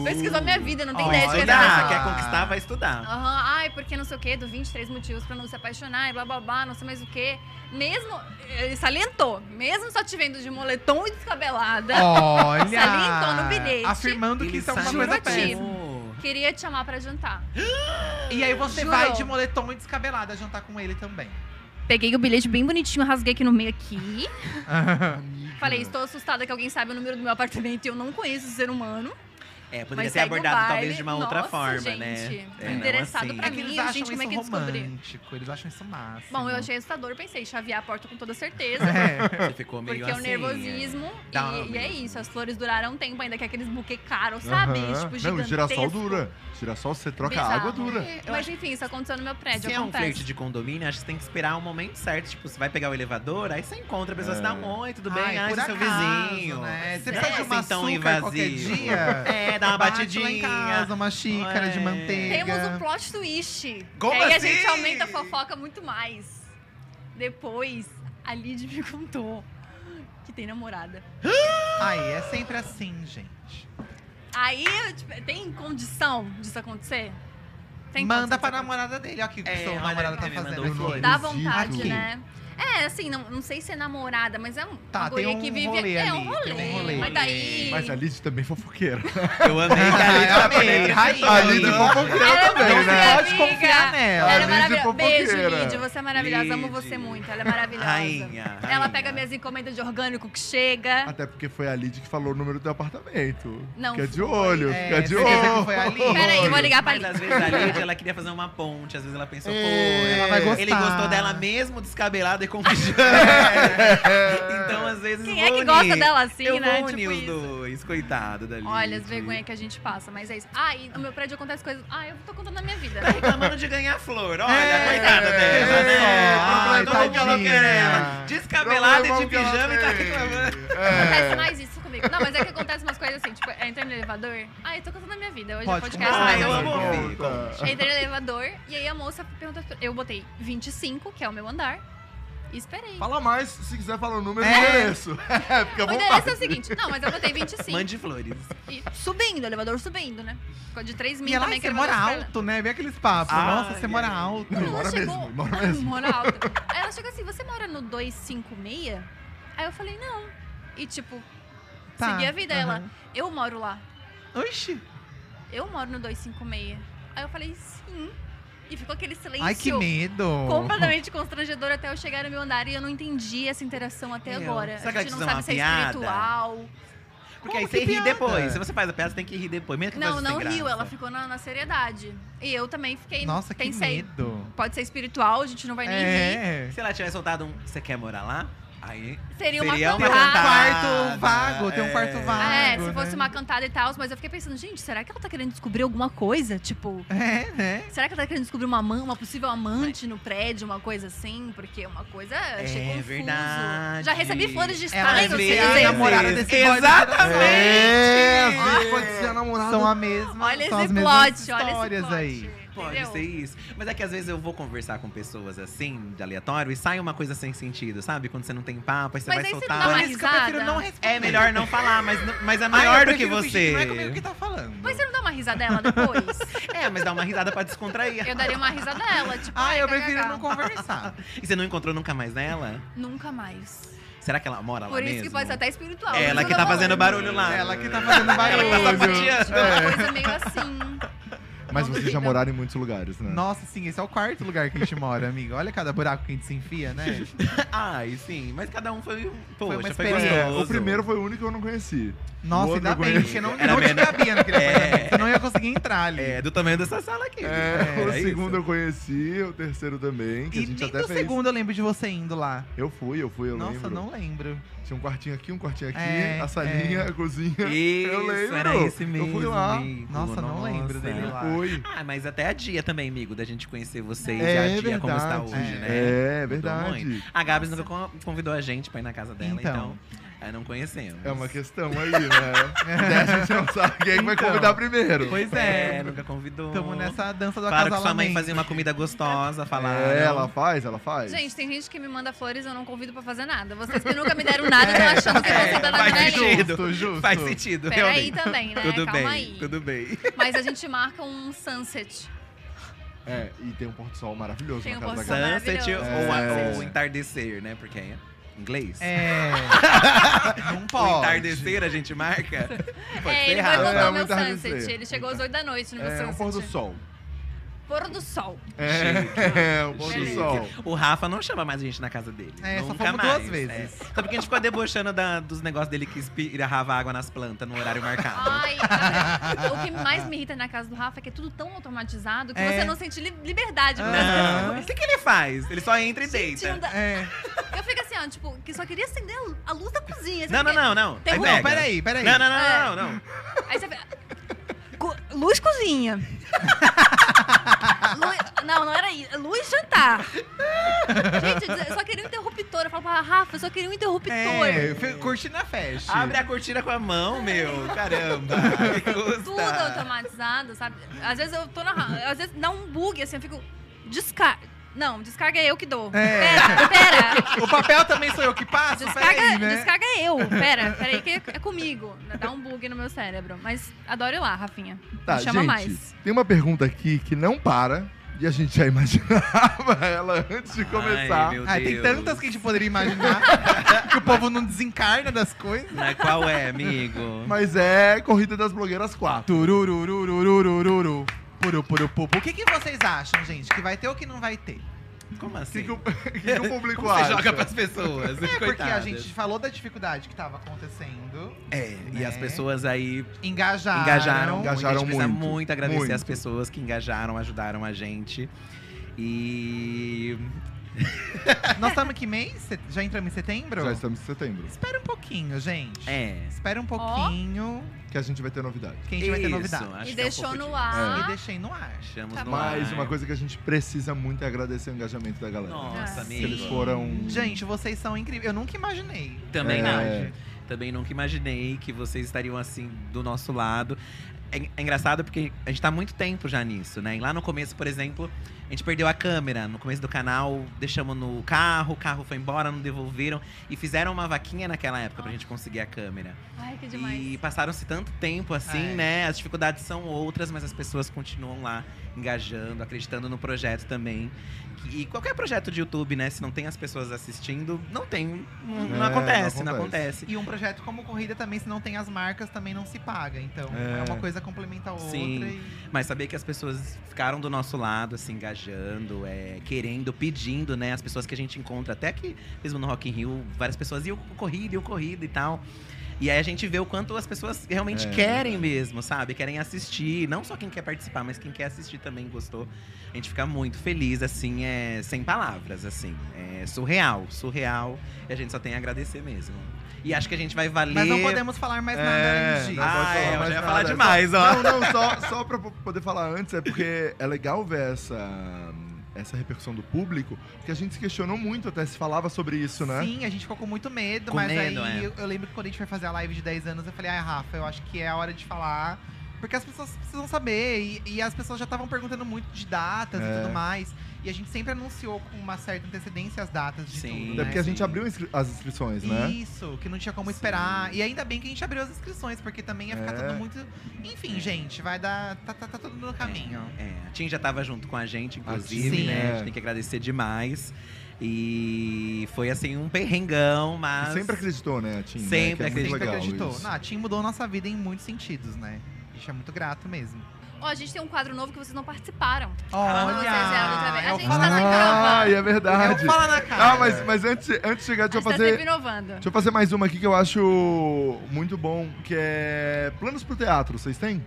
Pesquisou minha vida, não tem
Olha.
ideia de que era
Olha.
essa.
Quer conquistar, vai estudar.
Aham, ai, porque não sei o quê, do 23 motivos pra não se apaixonar e blá blá blá, não sei mais o quê. Mesmo, ele salientou, mesmo só te vendo de moletom e descabelada,
Olha!
Salientou no bilhete.
Afirmando que
Ele
isso é uma
sabe
coisa
Juro a ti.
péssima.
Ah.
queria te chamar pra jantar.
E aí você
Juro.
vai de moletom e descabelada jantar com ele também.
Peguei o bilhete bem bonitinho, rasguei aqui no meio aqui.
Amiga.
Falei, estou assustada que alguém sabe o número do meu apartamento e eu não conheço esse ser humano.
É,
mas
poderia ser
segue o
abordado
baile.
talvez de uma outra
Nossa,
forma,
gente.
né?
Tô interessado pra
É que
mim,
eles
gente,
acham
como é
isso
que descobriu?
romântico, eles acham isso máximo.
Bom, eu achei assustador, pensei, chavear a porta com toda certeza.
É.
Você ficou meio
Porque é o
assim.
nervosismo
Dá
e, e é
mesmo.
isso. As flores duraram um tempo, ainda que aqueles buquê caros, sabe?
Aham.
Tipo,
Não,
gigantesco.
o girassol dura. Girassol, você troca a
bizarro.
água, dura.
É, Mas enfim, isso aconteceu no meu prédio,
Se é um
né, acontece.
flerte de condomínio, acho que você tem que esperar o momento certo. Tipo, você vai pegar o elevador, aí você encontra a pessoa,
É.
se dá um oi, tudo bem, ai,
por
seu
acaso,
vizinho.
Né? Você
Não
precisa
é
de uma
assim tão
açúcar qualquer
invasivo.
dia.
É, dá uma
Bate lá
batidinha.
em casa, uma xícara de
É.
manteiga.
Temos um plot twist.
Como
e aí a
assim?
gente aumenta a fofoca muito mais. Depois, a Lid me contou que tem namorada.
Ai, é sempre assim, gente.
Aí, eu, tipo, tem condição disso acontecer? Tem
Manda
condição disso
pra
acontecer?
namorada dele, ó, o que o
É,
seu
olha,
namorado tá
ele me
fazendo
mandou
aqui.
flores.
Dá vontade,
Aqui.
né? É, assim, não, não sei se é namorada, mas é um
Tá,
uma
tem
guria
um
que vive
rolê
aqui. É um
ali,
rolê.
tem um rolê.
Mas daí.
Mas a Liz também é fofoqueira.
Eu amei
Ah,
que a Lid
Eu amei,
também.
rainha.
A Liz é
Não.
fofoqueira
Ela
também,
não
né?
é.
Pode
amiga.
confiar
Ela
nela.
é
Lid
maravilhosa. Beijo,
fofoqueira.
Lid. Você é maravilhosa. Amo
Lid.
você muito. Ela é maravilhosa.
Rainha,
Ela
rainha.
pega minhas encomendas de orgânico que chega.
Até porque foi a Lid que falou o número do apartamento.
Não
Fica de
foi.
olho,
É,
fica de
você quer dizer que
olho.
foi a Lid?
Peraí, eu vou ligar pra
Mas
Lid.
às vezes a Lid, ela queria fazer uma ponte, às vezes ela pensou, pô,
É, ela vai gostar.
ele gostou dela mesmo descabelada e confiante. então, às vezes.
Quem
vou
é que
unir.
gosta dela assim,
Eu
né?
vou
Tipo
unir os
isso.
dois, coitado da Lid.
Olha as vergonhas que a gente passa, mas é isso. Ah, e no meu prédio acontece coisas. Ah, eu tô contando a minha vida.
Tá reclamando de ganhar flor, olha,
É,
coitada dela, né?
é,
Ai,
problema,
todo mundo
tadinha.
quer ela.
Não
Descabelada
levou
de
o que ela
pijama e tá
fez.
reclamando.
Acontece
É.
mais isso comigo. Não, mas é que acontece umas coisas assim, tipo, entra no elevador. Ah, eu tô contando a minha vida. Hoje
Pode
é podcast.
contar,
mas
eu
eu
amo
vou-
ouvir.
Conta.
Entrei no elevador e aí a moça perguntou. Eu botei 25, que é o meu andar, e esperei.
Fala mais, se quiser falar o número,
É.
é. endereço. Fica à
O endereço é
vontade.
o seguinte, não, mas eu botei 25.
Mande flores.
E subindo, o elevador subindo, né? Ficou de 3 mil
E ela, ai,
é
também
você
que
mora
elevador
alto, né? Vê aqueles papos.
Ai,
Nossa, você mora
ai.
alto.
pra ela.
Mora
Ela
mesmo, mora mesmo.
Mora alto. Aí ela chegou assim, você mora no 256? Aí eu falei, não. E tipo,
Tá,
segui a vida
aham.
ela. Eu moro lá.
Oxi.
Eu moro no 256. Aí eu falei, sim. E ficou aquele silêncio.
Ai, que medo.
completamente constrangedor até eu chegar no meu andar e eu não entendi essa interação até
Meu,
agora.
será que
a
ela
gente
quis
não
fazer
sabe
uma
se é
piada?
espiritual.
Porque aí
Como que
você ri
piada?
depois. Se você faz a peça, tem que rir depois. Mesmo que
Não,
faça
não
sem graça.
riu, ela ficou na, na seriedade. E eu também fiquei.
Nossa, que
pensei,
medo.
pode ser espiritual, a gente não vai nem rir.
É.
Se ela tivesse soltado um, você quer morar lá? Aí
Seria uma
Seria uma
Tem um
cantada.
quarto vago, tem um
É.
quarto vago.
Ah. É, se fosse
né?
uma cantada e tal, mas eu fiquei pensando, gente, será que ela tá querendo descobrir alguma coisa? Tipo,
É, né?
será que ela tá querendo descobrir uma, ama- uma possível amante no prédio, uma coisa assim? Porque uma coisa. eu Achei
É
confuso.
verdade.
Já recebi flores de
Ela
Stein, não
vê
sei
a
dizer.
namorada desse boy do
É, às
Exatamente!
vezes pode ser a namorada.
São a mesma,
Olha esse
são as
plot,
mesmas
olha esse
histórias
plot.
aí.
Pode
entendeu?
ser isso. Mas é que às vezes eu vou conversar com pessoas assim, de aleatório, e sai uma coisa sem sentido, sabe? Quando você não tem papo, aí você
Mas
vai
aí você não
soltar.
dá
Por
mais
isso que eu prefiro
risada?
não responder.
É melhor não falar, mas, não- mas é
Ai, eu
maior do que
prefiro fingir
você.
Não é comigo que tá falando.
Mas você não dá uma risadela depois?
É, mas dá uma risada pra descontrair.
Eu daria uma risadela, tipo.
Ah,
ai,
eu
kkk.
prefiro não conversar.
E você não encontrou nunca mais nela?
Nunca mais.
Será que ela mora lá
Por isso
mesmo?
que pode ser até espiritual.
É,
por
ela
isso
que
eu
tá
tô
fazendo
falando.
barulho lá.
Ela que tá fazendo barulho.
É,
Ela tá
gente,
sapateando.
Uma coisa meio assim.
Mas vocês já moraram em muitos lugares, né?
Nossa, sim, esse é o quarto lugar que a gente mora, amigo. Olha cada buraco que a gente se enfia, né?
Ai, sim. Mas cada um foi um. Poxa, foi,
experiência.
É,
gostoso.
o primeiro foi o único que eu não conheci.
Nossa,
O
ainda
outro
bem,
eu
porque não,
Era
não te
melhor.
cabia naquele
É.
apartamento. Você não ia vai conseguir entrar ali.
É, do tamanho dessa sala aqui.
É, o
isso.
segundo eu conheci, o terceiro também, que a
e
gente
nem
até
do
fez.
segundo eu lembro de você indo lá.
Eu fui, eu fui, eu
Nossa,
lembro.
não lembro.
Tinha um quartinho aqui, um quartinho aqui,
É,
a salinha,
é.
a cozinha.
Isso,
eu lembro.
era esse mesmo.
Eu fui lá.
amigo.
Nossa, não lembro dele
Eu
lá.
fui.
Ah, mas até a Dia também, amigo, da gente conhecer vocês e
É
a Dia como está
verdade,
hoje,
é.
né?
É, verdade.
A Gabs nunca con- convidou a gente pra ir na casa dela, então,
Então.
é, não conhecemos.
É uma questão aí, né? Daí a gente não sabe quem é vai
Então.
convidar primeiro.
Pois
É,
é.
nunca convidou.
Tamo nessa dança do
Claro que sua mãe
acasalamento.
fazia uma comida gostosa, falar.
É, ela faz, ela faz.
Gente, tem gente que me manda flores eu não convido pra fazer nada. Vocês que nunca me deram nada estão achando que eu vou
É,
sentar na
faz
minha linha.
sentido,
Justo, justo.
Faz sentido,
Peraí
realmente.
também, né?
Tudo
Calma
bem,
aí.
tudo bem.
Mas a gente marca um sunset.
É, e tem um pôr do sol maravilhoso
Tem
na
um
casa
pôr do
da
sol
Gabi.
Sunset
maravilhoso.
ou, a-
É.
ou entardecer, né? Porque é inglês.
É. Não
O
pode.
entardecer a gente marca. Pode
é,
ser
ele
errado.
vai
É,
mudar o meu
muito tarde
sunset.
cedo.
Ele chegou às 8 da noite no meu
É, um
sunset.
pôr do sol.
Pôr do sol.
É, um pôr do
Chique.
sol.
O Rafa não chama mais a gente na casa dele.
É, só
Nunca
fomos
mais,
duas vezes.
É. Só porque a gente ficou debochando da- dos negócios dele que espirrava água nas plantas no horário marcado.
Ai, Gabriel, o que mais me irrita na casa do Rafa é que é tudo tão automatizado que
É.
você não sente li- liberdade pra
Ah.
Não. O que, que ele faz? Ele só entra e
Gente, não
deita.
dá-
É.
Eu fico assim, ó, tipo, que só queria acender a lu- a luz da cozinha.
Não, não, não, não.
Tem
Aí
um-
pega.
Não, peraí, peraí.
Não, não, não, não, não.
É. Aí você fica. Co- Luz cozinha. Luz- Não, não era isso. é Luz jantar. Gente, eu só queria um interruptor. Eu falo pra Rafa, eu só queria um interruptor.
É, fe- curtindo a festa.
Abre a cortina com a mão, meu. Caramba. Que custa.
Tudo tá automatizado, sabe? Às vezes eu tô na. ra- Às vezes dá um bug, assim, eu fico. Descarga. Não, descarga é eu que dou.
É.
Pera, pera.
O papel também sou eu que passo?
Descarga,
peraí, né?
descarga é eu. Pera, peraí, que é comigo. Dá um bug no meu cérebro. Mas adoro ir lá, Rafinha.
Tá,
Me chama
gente,
mais.
tem uma pergunta aqui que não para. E a gente já imaginava ela antes de começar.
Ai, meu
Ah, tem
Deus.
tantas que a gente poderia imaginar que o povo não desencarna das coisas.
Mas qual é, amigo?
Mas é Corrida das Blogueiras 4.
Turururururururu. Puru, puru, pu, pu. O que, que vocês acham, gente? Que vai ter ou que não vai ter?
Como
O
assim?
que, que, o, que que o público
Como
acha?
Você joga pras pessoas.
É porque a
coitadas.
gente falou da dificuldade que tava acontecendo.
É, e
né?
as pessoas aí
Engajaram.
engajaram,
Engajaram
a gente precisa
muito,
muito agradecer
muito.
as pessoas que engajaram, ajudaram a gente. E
Nós estamos que mês? Se- Já entramos em setembro?
Já estamos em setembro.
Espera um pouquinho, gente.
é.
Espera um pouquinho
Que a gente vai ter novidade.
que a gente vai ter
isso,
novidade.
acho que
E
é um
deixou
pouco É.
no
disso.
ar.
E deixei no ar.
Deixamos
Tá
no
bom.
ar.
Mas uma coisa que a gente precisa muito é agradecer o engajamento da galera. É.
Nossa,
Ah,
amigo.
Que eles foram.
Gente, vocês são incríveis. Eu nunca imaginei.
Também
É.
não. Também nunca imaginei que vocês estariam assim do nosso lado. É, en- é engraçado porque a gente tá há muito tempo já nisso, né? E lá no começo, por exemplo, a gente perdeu a câmera. No começo do canal, deixamos no carro, o carro foi embora, não devolveram. E fizeram uma vaquinha naquela época pra gente conseguir a câmera.
Ai, que É demais.
E passaram-se tanto tempo assim,
É.
né? As dificuldades são outras, mas as pessoas continuam lá engajando, acreditando no projeto também. E qualquer projeto de YouTube, né? Se não tem as pessoas assistindo, não tem. Não,
É,
não acontece,
não
não
acontece.
acontece.
E um projeto como corrida também, se não tem as marcas, também não se paga. Então,
É.
é, uma coisa complementa a outra.
Sim.
E...
Mas saber que as pessoas ficaram do nosso lado, se engajando, é, querendo, pedindo, né? As pessoas que a gente encontra, até que mesmo no Rock in Rio, várias pessoas, e o corrida, e o corrida e tal. E aí a gente vê o quanto as pessoas realmente
É,
querem mesmo, sabe? Querem assistir, não só quem quer participar, mas quem quer assistir também gostou. A gente fica muito feliz, assim, é, sem palavras, assim. É surreal, surreal. E a gente só tem a agradecer mesmo. E acho que a gente vai valer...
Mas não podemos falar mais nada
É,
além disso.
não pode
Ah, é, eu
mais
já ia
nada,
falar
é só-
demais, ó.
Não, não, só, só pra po- poder falar antes, é porque é legal ver essa, essa repercussão do público, porque a gente se questionou muito até se falava sobre isso, né?
Sim, a gente ficou com muito medo,
Com
mas
medo,
aí
é.
eu, eu lembro que quando a gente foi fazer a live de 10 anos, eu falei, ai, Rafa, eu acho que é a hora de falar. Porque as pessoas precisam saber. E, e as pessoas já estavam perguntando muito de datas
É.
e tudo mais. E a gente sempre anunciou com uma certa antecedência as datas de
Sim.
tudo.
Até
né?
É porque a gente
Sim.
abriu inscri- as inscrições, né?
Isso, que não tinha como
Sim.
esperar. E ainda bem que a gente abriu as inscrições, porque também ia ficar
É.
tudo muito. Enfim,
É.
gente, vai dar. Tá, tá, tá tudo no caminho.
É, a Tim já tava junto com a gente, inclusive,
A Tim,
né?
é.
A gente tem que agradecer demais. E foi assim um perrengão, mas.
Sempre acreditou, né, Tim? né?
Sempre
Que é muito
acreditou.
Sempre
legal
acreditou.
isso.
Não, a Tim mudou nossa vida em muitos sentidos, né? A gente é muito grato mesmo.
Ó, a gente tem um quadro novo que vocês não participaram.
Olha!
Vocês eram outra vez.
é
A
o
gente
Fala
tá
na
sem
Cara.
Ah,
prova.
e é verdade.
É o Fala na Cara.
Ah, mas, mas antes, antes de chegar,
A
deixa eu
gente tá
fazer.
sempre inovando.
Deixa eu fazer mais uma aqui que eu acho muito bom, que é planos pro teatro. Vocês têm?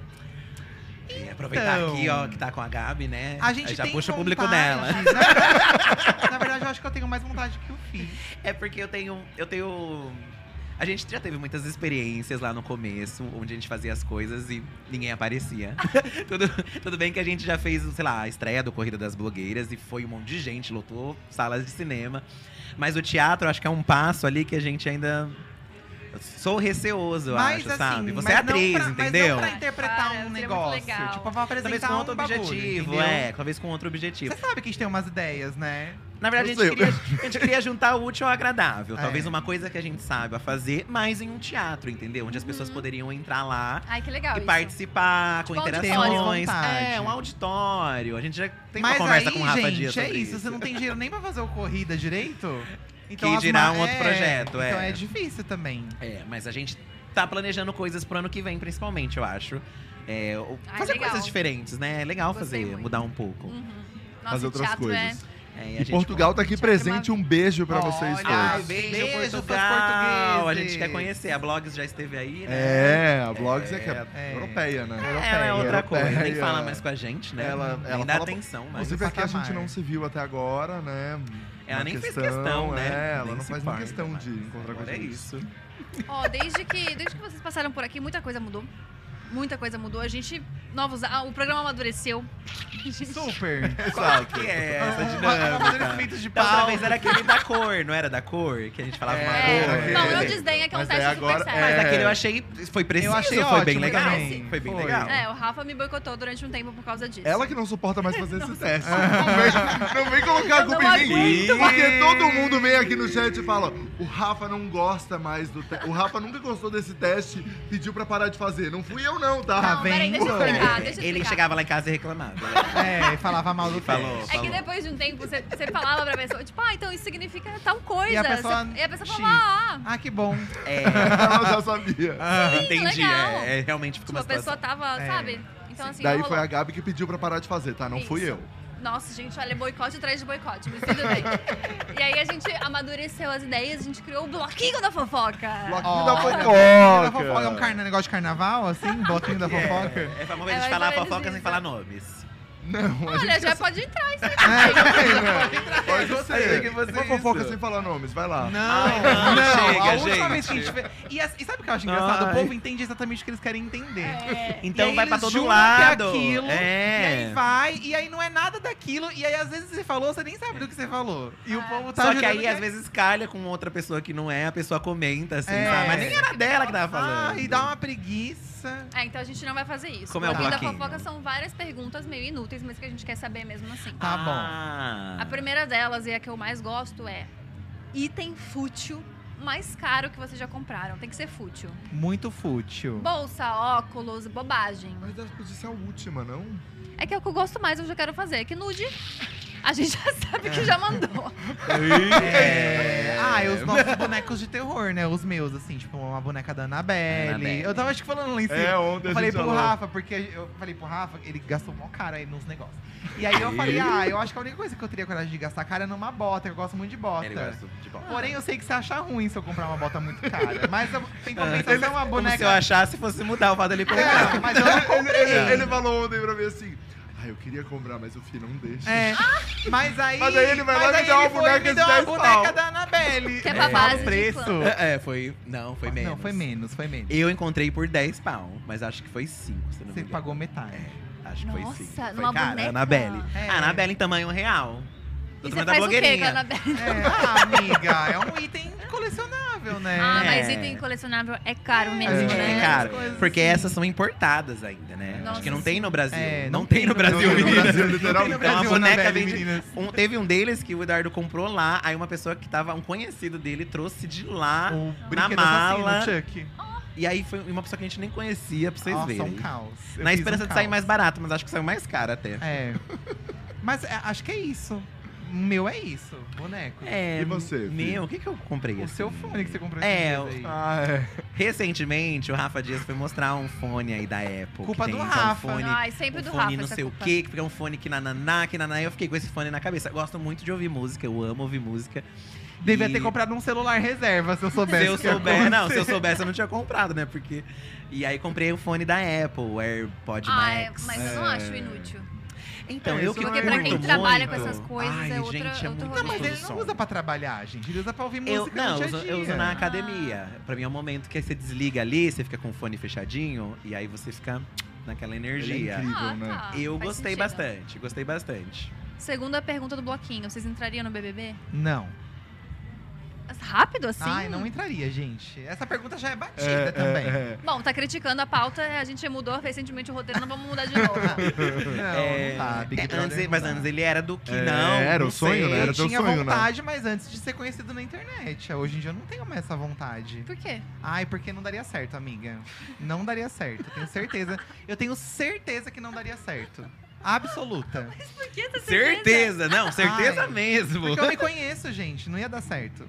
Aproveitar
Então.
aqui, ó, que tá com a Gabi, né?
A gente
Aí já
tem
puxa o público dela.
vontade. Na verdade- Na verdade, eu acho que eu tenho mais vontade que o Fih.
É porque eu tenho. Eu tenho. A gente já teve muitas experiências lá no começo, onde a gente fazia as coisas e ninguém aparecia. tudo, tudo bem que a gente já fez, sei lá, a estreia do Corrida das Blogueiras e foi um monte de gente, lotou salas de cinema. Mas o teatro, eu acho que é um passo ali que a gente ainda. Sou receoso, eu acho, sabe? Você é
assim, mas não
atriz,
pra-
entendeu?
Mas não pra interpretar
Para, seria
um
muito
negócio.
legal.
Tipo, pra
Talvez
apresentar
com outro
um bagulho,
objetivo,
entendeu?
é, tipo- talvez com outro objetivo.
Você sabe que a gente tem umas ideias, né?
Na verdade, a
Não
gente, queria, a gente queria juntar o útil ao agradável. Talvez
É.
uma coisa que a gente saiba fazer, mas em um teatro, entendeu? Onde as pessoas poderiam entrar lá
Ai, que legal Uhum. Ah,
e
isso.
participar, com
Tipo
interações.
auditório.
É, um auditório. A gente já tem
Mas
uma conversa
aí,
com o Rafa
gente,
Dias
é
sobre
isso. Você não tem dinheiro nem pra fazer o corrida direito? Então,
Que
as
dirá
ma-
um outro projeto, é.
Então é difícil também.
É, mas a gente tá planejando coisas pro ano que vem, principalmente, eu acho. É, o-
Ai,
fazer
Ah, legal.
coisas diferentes, né? É legal
Gostei
fazer,
muito.
mudar um pouco.
Uhum. Nossa,
Fazer outras
teatro é-
coisas.
É, e a
E
gente- Ah,
Portugal tá aqui
Teatro é
presente. Um beijo pra vocês
Olha,
todos.
beijo,
Beijo pros
Portugal! A gente
portugueses.
quer conhecer. A Blogs já esteve aí, né?
É, a Blogs é, que é,
É.
europeia, né?
Ela é outra
Europeia.
coisa, nem fala mais com a gente, né?
Ela-
nem
ela
dá
fala-
atenção, mas um
Inclusive aqui é a
patamar.
gente não se viu até agora, né?
ela
Uma
nem fez questão, né?
É, ela
Nem
não
se
faz nem
farda,
questão
mas
de encontrar com a
agora
gente.
É isso.
Ó, desde que, desde que vocês passaram por aqui, muita coisa mudou. Muita coisa mudou. A gente. Novos. ah, o programa amadureceu.
Super.
Qual que é
Ah,
essa dinâmica?
Amadurecimento de
Da outra
pau.
vez era aquele da cor, não era da cor? Que a gente falava uma
É,
cor.
ok.
não, o meu
Beleza.
desdenho é que é um
Mas
teste
daí agora-
super sério.
Mas
É.
aquele eu achei. Foi preciso,
Eu achei
foi bem
ótimo
legal.
também.
Foi bem
Foi.
legal.
É, o Rafa me boicotou durante um tempo por causa disso.
Ela que não suporta mais fazer esse teste. Não vem, não vem colocar a
Eu não
culpa em mim.
aguento mais.
Porque todo mundo vem aqui no chat e fala: o Rafa não gosta mais do teste. O Rafa nunca gostou desse teste, pediu pra parar de fazer. Não fui eu, não, tá?
Tá
Não, peraí, Ah, deixa eu
vendo?
explicar, deixa eu
Ele
explicar.
chegava lá em casa e reclamava.
É, falava mal do
Falou.
É
teste.
que
Falou.
depois de um tempo, você, você falava pra pessoa, tipo, ah, então isso significa tal coisa.
E a pessoa-
Você- e a pessoa
X.
falava, ah,
Ah, que bom.
É,
Ela já sabia.
Então, entendi.
legal.
É, é, realmente ficou
tipo,
uma
a pessoa
situação.
tava,
É.
sabe? Então assim,
Daí
rolou.
foi a Gabi que pediu pra parar de fazer, tá? Não fui
Isso.
eu.
Nossa, gente, olha, boicote atrás de boicote, mas tudo bem. e aí a gente amadureceu as ideias, a gente criou o bloquinho da fofoca.
Bloquinho
Ó,
da
olha,
fofoca.
É um carna- negócio de carnaval, assim? Bloquinho da fofoca?
É, é famoso a
É
gente
mais
falar
ou menos
fofoca sem
isso.
falar nomes.
Não, a
Olha,
gente É,
já pode entrar isso aí.
pode
sei que
ser.
você-
Uma fofoca sem falar nomes, vai lá.
Não,
Ai, não, chega,
a última
gente.
vez que a gente fez. E, as- e sabe o que eu acho engraçado?
Ai.
O povo entende exatamente o que eles querem entender.
É.
E
Então
aí
vai pra
eles
todo
julgam
lado.
Que é aquilo, E aí
é.
vai, e aí não é nada daquilo, e aí às vezes você falou, você nem sabe do que você falou. E o
É.
povo tá
Só que
julgando
aí, às vezes, calha com outra pessoa que não é, a pessoa comenta, assim,
É.
sabe? Mas nem era dela que tava
Ah,
falando.
e dá uma preguiça.
É, então a gente não vai fazer isso.
Como é o
bloquinho da
bloquinho?
fofoca são várias perguntas meio inúteis, mas que a gente quer saber mesmo assim.
Tá bom.
Ah.
A primeira delas, e a que eu mais gosto, é item fútil mais caro que vocês já compraram. Tem que ser fútil.
Muito
Hum.
fútil.
Bolsa, óculos, bobagem.
Mas essa podia ser a última, não?
É que é o que eu gosto mais, eu já quero fazer. É Que nude, a gente já sabe que já mandou.
É... Ah, e os nossos bonecos de terror, né? Os meus, assim, tipo, uma boneca da Annabelle.
Annabelle.
Eu tava acho que falando lá em cima.
É, ontem
Eu
a
falei
gente
pro
falou.
Rafa, porque eu falei pro Rafa, ele gastou mó cara aí nos negócios. E aí eu falei, ah, eu acho que a única coisa que eu teria coragem de gastar cara é numa bota, eu gosto muito de bota.
Ele gosta de bola.
Porém, eu sei que você acha ruim se eu comprar uma bota muito cara. Mas eu, em
Ele-
compensação, é uma
Como se eu
boneca.
achasse fosse mudar o fato dele
É,
colocar.
mas eu não
Ele, ele-
comprei.
ele falou ontem pra mim assim: Ah, eu queria comprar, mas o Fih não deixa.
É. Mas aí.
Mas aí ele vai lá
mas
me
aí
dar uma
ele foi e
boneca
me
de
deu uma
10
boneca
pau.
da Annabelle.
Que é
É.
babado
o
de
preço.
clã.
É, foi. Não, foi menos.
Não, foi menos, foi menos.
Eu encontrei por 10 pau, mas acho que foi 5, se não
Você
me engano.
pagou metade.
Acho que foi 5.
Nossa,
Foi
numa
cara,
boneca?
Anabelle.
É.
A Ah, Anabelle em tamanho real. Do
E
tamanho
você
da
faz o quê, com a
blogueirinha.
Anabelle?
É, ah, amiga, é um item colecionável, né?
Ah, mas
É.
item colecionável é caro
É,
mesmo,
A gente
né?
é
Essas
caro.
coisas
Porque
assim.
essas são importadas ainda, né?
Nossa,
Acho que não
sim.
tem no Brasil.
É,
não, tem no Brasil,
Não tem no
menina.
Brasil,
Não
literalmente.
tem no
Então a
Brasil,
boneca
Annabelle,
vende.
meninas.
Um- teve um deles que o Eduardo comprou lá, aí uma pessoa que tava, um conhecido dele, trouxe de lá.
O
Na
brinquedo
mala.
assassino, Chuck.
E aí foi uma pessoa que a gente nem conhecia, pra vocês
Nossa,
verem.
um caos. Eu
Na
fiz
esperança
um
de sair
caos.
mais barato, mas acho que saiu mais caro até.
É. Mas é, acho que é isso. O meu é isso, boneco.
É,
E você, Fih?
Meu, o que que eu comprei?
O
assim?
seu fone que você comprou
É,
esses dias aí.
Ah, é.
Recentemente, o Rafa Dias foi mostrar um fone aí da Apple.
Culpa
que
do
tem, que
Rafa.
É um fone,
Ai, sempre
um
do
fone
Rafa
não
essa
sei
culpa.
o quê, que fica um fone que nananá, que nananá. Eu fiquei com esse fone na cabeça. Eu gosto muito de ouvir música, eu amo ouvir música.
Devia
E-
ter comprado um celular reserva, se eu
Se
soubesse.
eu
que ia
soubesse, não, se eu
acontecer.
soubesse, eu não tinha comprado, né? Porque. E aí comprei o fone da Apple, o AirPod
Ah, é,
Max.
mas eu não
É.
acho inútil.
Então,
É,
eu
isso
que
não
Porque
é
pra
curto
quem
muito.
trabalha com
muito-
essas coisas
Ai,
é outra,
gente, é
outro
Não,
muito
rolê.
mas ele não usa pra trabalhar, gente. Ele usa pra ouvir música
Eu,
no
não, eu
dia a
uso, eu uso
dia.
na
Ah.
academia. Pra mim é um momento que aí você desliga ali, você fica com o fone fechadinho, e aí você fica naquela
Ele é
energia.
incrível,
Ah,
né?
tá.
eu
Faz
gostei
sentido.
bastante, gostei bastante.
Segunda pergunta do bloquinho. Vocês entrariam no BBB?
Não.
Rápido assim?
Ai, não entraria, gente. Essa pergunta já é batida
É, é,
também.
é.
Bom, tá criticando a pauta, a gente mudou recentemente o roteiro, não vamos mudar de novo.
Não,
É,
não dá. Big
é,
Brother
antes-
não
mas
dá.
antes ele era do que
É,
não.
era
não
o sonho,
sei.
né? Era
Eu
teu
tinha
sonho, né?
vontade, mas antes de ser conhecido na internet. Hoje em dia eu não tenho mais essa vontade.
Por quê?
Ai, porque não daria certo, amiga. Não daria certo, tenho certeza. Eu tenho certeza que não daria certo. Absoluta.
Por que tá
Certeza, não, certeza
Ai,
mesmo.
Porque eu me conheço, gente. Não ia dar certo.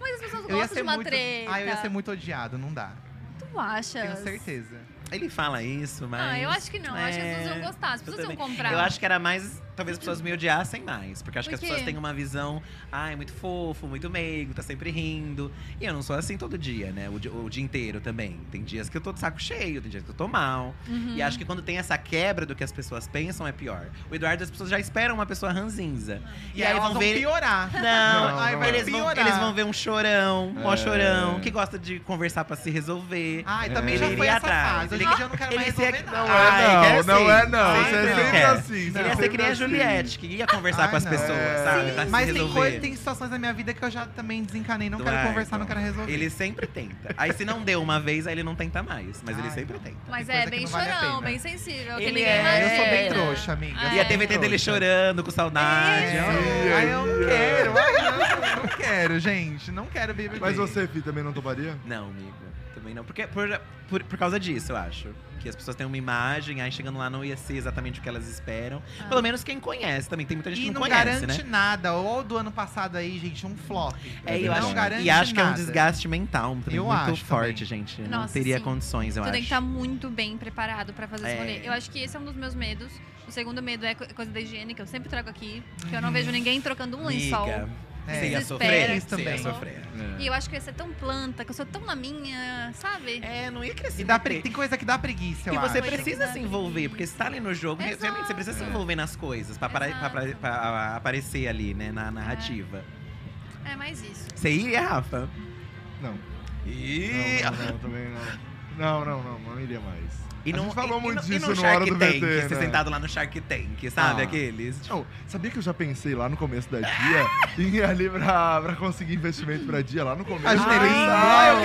Mas as pessoas
Eu ia
gostam de
ser
uma
muito.
treta.
Ah, eu ia ser muito odiado, não dá.
Tu
Então,
achas?
Tenho certeza.
Ele fala isso, mas.
Ah, eu acho é que não. Eu acho que as
É,
pessoas iam gostar, as pessoas
eu
iam
também.
comprar.
Eu acho que era mais. Talvez as pessoas me odiassem mais. Porque acho
Por
que as
quê?
pessoas têm uma visão. Ah, é muito fofo, muito meigo, tá sempre rindo. E eu não sou assim todo dia, né? O, di- o dia inteiro também. Tem dias que eu tô de saco cheio, tem dias que eu tô mal.
Uhum.
E acho que quando tem essa quebra do que as pessoas pensam, é pior. O Eduardo, as pessoas já esperam uma pessoa ranzinza. E, aí
elas
vão ver.
piorar.
Não,
Não, Ai, não vai
eles, vão,
piorar.
eles vão ver um chorão, mó
É.
chorão, que gosta de conversar pra se resolver.
Ai, também
É.
já
Ele
foi
iria
essa
atrás.
fase. Hoje
Ele-
em dia eu Ah, não quero mais
ele se-
resolver
não,
nada.
é. Ai,
Ah,
quer
não, não
sim.
é não.
Ai,
Você é
não.
sempre
Quer.
assim. você
Ele
é
ia ser que
sempre
nem a
assim.
Juliette, que ia conversar
Ai,
com as
não.
pessoas,
É.
sabe? Pra se
Mas tem,
tá resolver.
coisa, tem situações da minha vida que eu já também desencanei. Não quero
Eduardo,
conversar, não quero resolver.
Ele sempre tenta. Aí se não deu uma vez, aí ele não tenta mais. Mas ele
Ai,
sempre
não.
tenta.
Mas
Tem coisa
é
que
bem
não vale a
chorão,
pena.
bem sensível. que
Ele
ninguém
é,
imagina.
Eu sou bem
É.
trouxa, amiga.
É.
E a TVT dele
Trouxa.
chorando, com saudade.
É.
ó.
Ai, eu não quero, ai, eu não quero, gente. Não quero BBB.
Mas você, Fih, também não toparia?
Não, amigo. Também não. Porque por, por, por causa disso, eu acho. Que as pessoas têm uma imagem, aí chegando lá não ia ser exatamente o que elas esperam.
Ah.
Pelo menos quem conhece também. Tem muita gente
E
que não,
não,
conhece,
garante
né?
nada. Ou do ano passado aí, gente, um flop.
É, eu
não
acho,
garante
e acho que é um
nada.
desgaste mental também,
Eu
muito
acho
forte, gente. não
Nossa,
teria
sim.
condições, eu
Tu
acho.
tem que tá estar muito bem preparado pra fazer esse
É.
rolê. Eu acho que esse é um dos meus medos. O segundo medo é co- coisa da higiene, que eu sempre trago aqui. Que eu não vejo ninguém trocando um lençol.
Amiga,
É.
Você ia
Desespera.
sofrer,
Isso
você ia
também.
sofrer.
E eu acho que eu ia ser tão planta, que eu sou tão na minha, sabe?
É, não ia crescer.
E dá pre-
porque-
Tem coisa que dá preguiça, eu
E você
acho.
Coisa que
precisa
dá
se envolver, porque você tá ali no jogo,
Exato.
realmente você precisa se
É.
envolver nas coisas, pra, parar- pra- pra-
Exato.
pra aparecer ali, né, na narrativa.
É mais isso.
Você iria, Rafa?
Não.
E...
Não, não, não, também não. Não, não, não, não iria mais.
E
A
não
gente falou
e-
muito
e,
disso
no
no
Shark
Hora do
Tank,
VT,
você
né?
sentado lá no Shark Tank, sabe?
Ah.
Aqueles.
Oh, sabia que eu já pensei lá no começo da Dia em ir ali pra, pra conseguir investimento pra Dia lá no começo?
As
eu
Ah,
negrinhas,
pensava,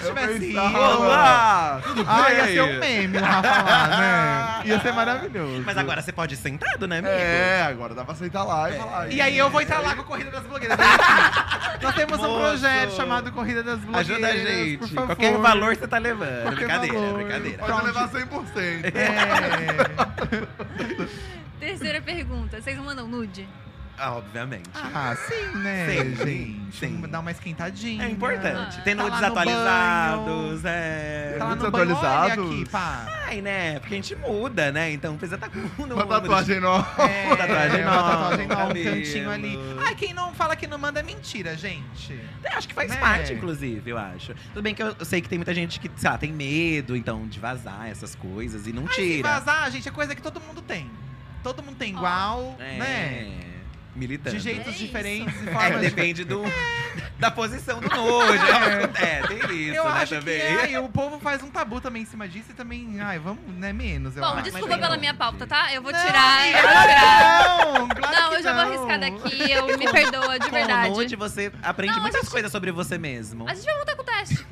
olha, se
eu
tivesse ido.
pensava. Ah,
Olá! Ah. Tudo
Ah, ia ser um meme o Rafa lá, né? Ia ser maravilhoso.
Mas agora você pode ir sentado, né, amigo?
É, agora dá pra aceitar lá e falar.
E aí eu vou entrar lá com a Corrida das Blogueiras. Nós temos um
Moço.
projeto chamado Corrida das Blogueiras.
Ajuda a
por
gente.
favor.
Qualquer valor você tá levando.
Qualquer
brincadeira,
valor.
brincadeira.
Pode levar 100%.
É.
Terceira pergunta. Vocês não mandam nude?
Ah, obviamente.
Ah, sim, né,
Sim,
gente?
sim.
Dar uma esquentadinha.
É importante.
Ah.
Tem
Tá
nudes
lá no
atualizados, é.
Tá lá
Muitos
no banho, olha
atualizados.
aqui, pá.
Ai, né? Porque a gente muda, né? Então precisa estar com
Uma tatuagem
Tá
nova.
É,
tatuagem
uma
nova,
tatuagem nova, um
cabelo.
cantinho ali. Ai, quem não fala que não manda é mentira, gente.
Acho que faz
Né?
parte, inclusive, eu acho. Tudo bem que eu, eu sei que tem muita gente que, sei lá, tem medo, então, de vazar essas coisas e não
Se
tira.
vazar, gente, é coisa que todo mundo tem. Todo mundo tem igual,
É.
né?
Militando.
De jeitos
É isso.
diferentes e
É,
formas diferentes.
depende do, da posição do nojo. É, tem isso,
eu
né,
acho
também.
é
que ai, o povo faz um tabu também em cima disso e também, ai, vamos, né, menos, eu
Bom,
acho. mas
desculpa
bem.
pela
não.
minha pauta, tá? Eu vou
Não,
tirar. eu vou tirar.
Não, claro
Não,
que
eu já vou arriscar daqui. Eu me perdoa, de
Com o
verdade.
nude você aprende
Não, a
muitas coisas sobre você mesmo.
A gente vai voltar com o teste.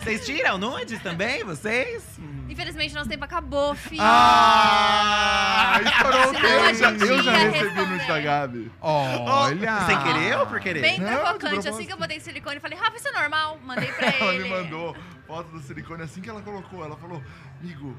Vocês tiram nudes também, vocês?
Infelizmente, nosso tempo acabou, filho.
Ah, estourou o
Senão
tempo.
a
Eu já,
gente
eu já
ia
recebi
responder.
nudes da Gabi.
Olha!
Sem querer ou por querer?
Bem
Não,
provocante.
de
Assim
propósito.
que eu botei silicone, eu falei, Rafa, isso é normal? Mandei pra ele.
Ela me mandou foto do silicone assim que ela colocou. Ela falou, amigo, o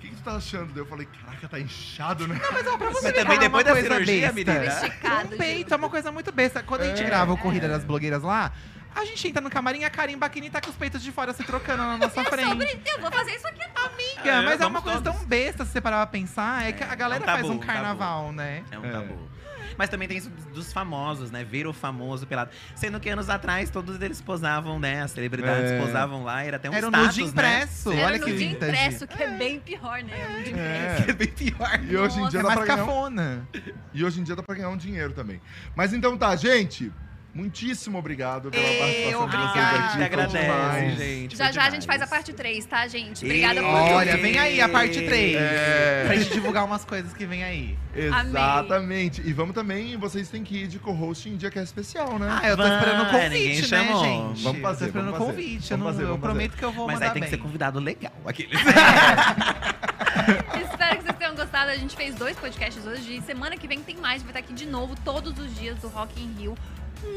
que, que tu tá achando? Daí eu falei, caraca, tá inchado, né?
Mas, ó, pra você
Mas
ver
também
como é uma
depois da
coisa
cirurgia,
besta.
menina.
Esticado.
Um peito é uma coisa muito besta. Quando a gente
É.
grava o Corrida das Blogueiras lá, a gente entra no camarim e a Karim Baquini tá com os peitos de fora se trocando na nossa
Eu,
frente.
sobre... eu vou fazer isso aqui.
Amiga,
É,
mas é
vamos
uma coisa
todos.
tão besta se você parar pra pensar, é que
É,
a galera
é um tabu,
faz um
um
carnaval, né?
É um
É.
tabu. Mas também tem isso dos- dos famosos, né? Ver o famoso pelado. Sendo que anos atrás todos eles posavam, né? As celebridades
É.
posavam lá, era até um
Era um
status,
nude
né?
impresso.
Era
Olha
no
que
dia
vintage.
impresso, que é bem pior, né? No dia impresso.
É.
É bem pior.
E hoje em
Nossa,
dia
É
dá pra
mais
ganhar um
cafona.
E hoje em dia dá pra ganhar um dinheiro também. Mas então tá, gente. Muitíssimo obrigado pela
Ê,
participação de
obrigado.
vocês aqui.
Te
foi
agradece,
demais.
gente.
é Já
foi
já a gente faz a
demais.
parte 3, tá, gente? Obrigada
Ê,
por tudo.
Olha, vem aí a parte 3.
É.
Pra gente divulgar umas coisas que vem aí.
Exatamente. E vamos também, vocês têm que ir de co-host em dia que é especial, né?
Ah, eu tô
Vai,
esperando o
ninguém
convite, né,
chamou.
gente?
Vamos fazer,
Tô esperando o
vamos fazer.
convite.
Vamos
eu não-
fazer,
eu
vamos
prometo que eu vou
Mas
mandar
aí tem que
bem.
ser convidado legal. Aquele.
Espero que vocês tenham gostado. A gente fez dois podcasts hoje e semana que vem tem mais. Vai estar aqui de novo todos os dias do Rock in Rio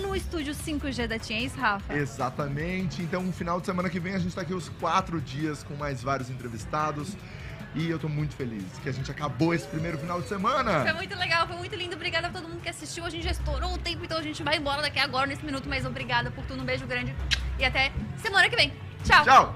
no estúdio 5G da Tia, é isso, Rafa?
Exatamente. Então, no final de semana que vem, a gente tá aqui os quatro dias com mais vários entrevistados. E eu tô muito feliz que a gente acabou esse primeiro final de semana.
Foi muito legal, foi muito lindo. Obrigada a todo mundo que assistiu. A gente já estourou o tempo, então a gente vai embora daqui agora nesse minuto. Mas obrigada por tudo. Um beijo grande e até semana que vem. Tchau.
Tchau!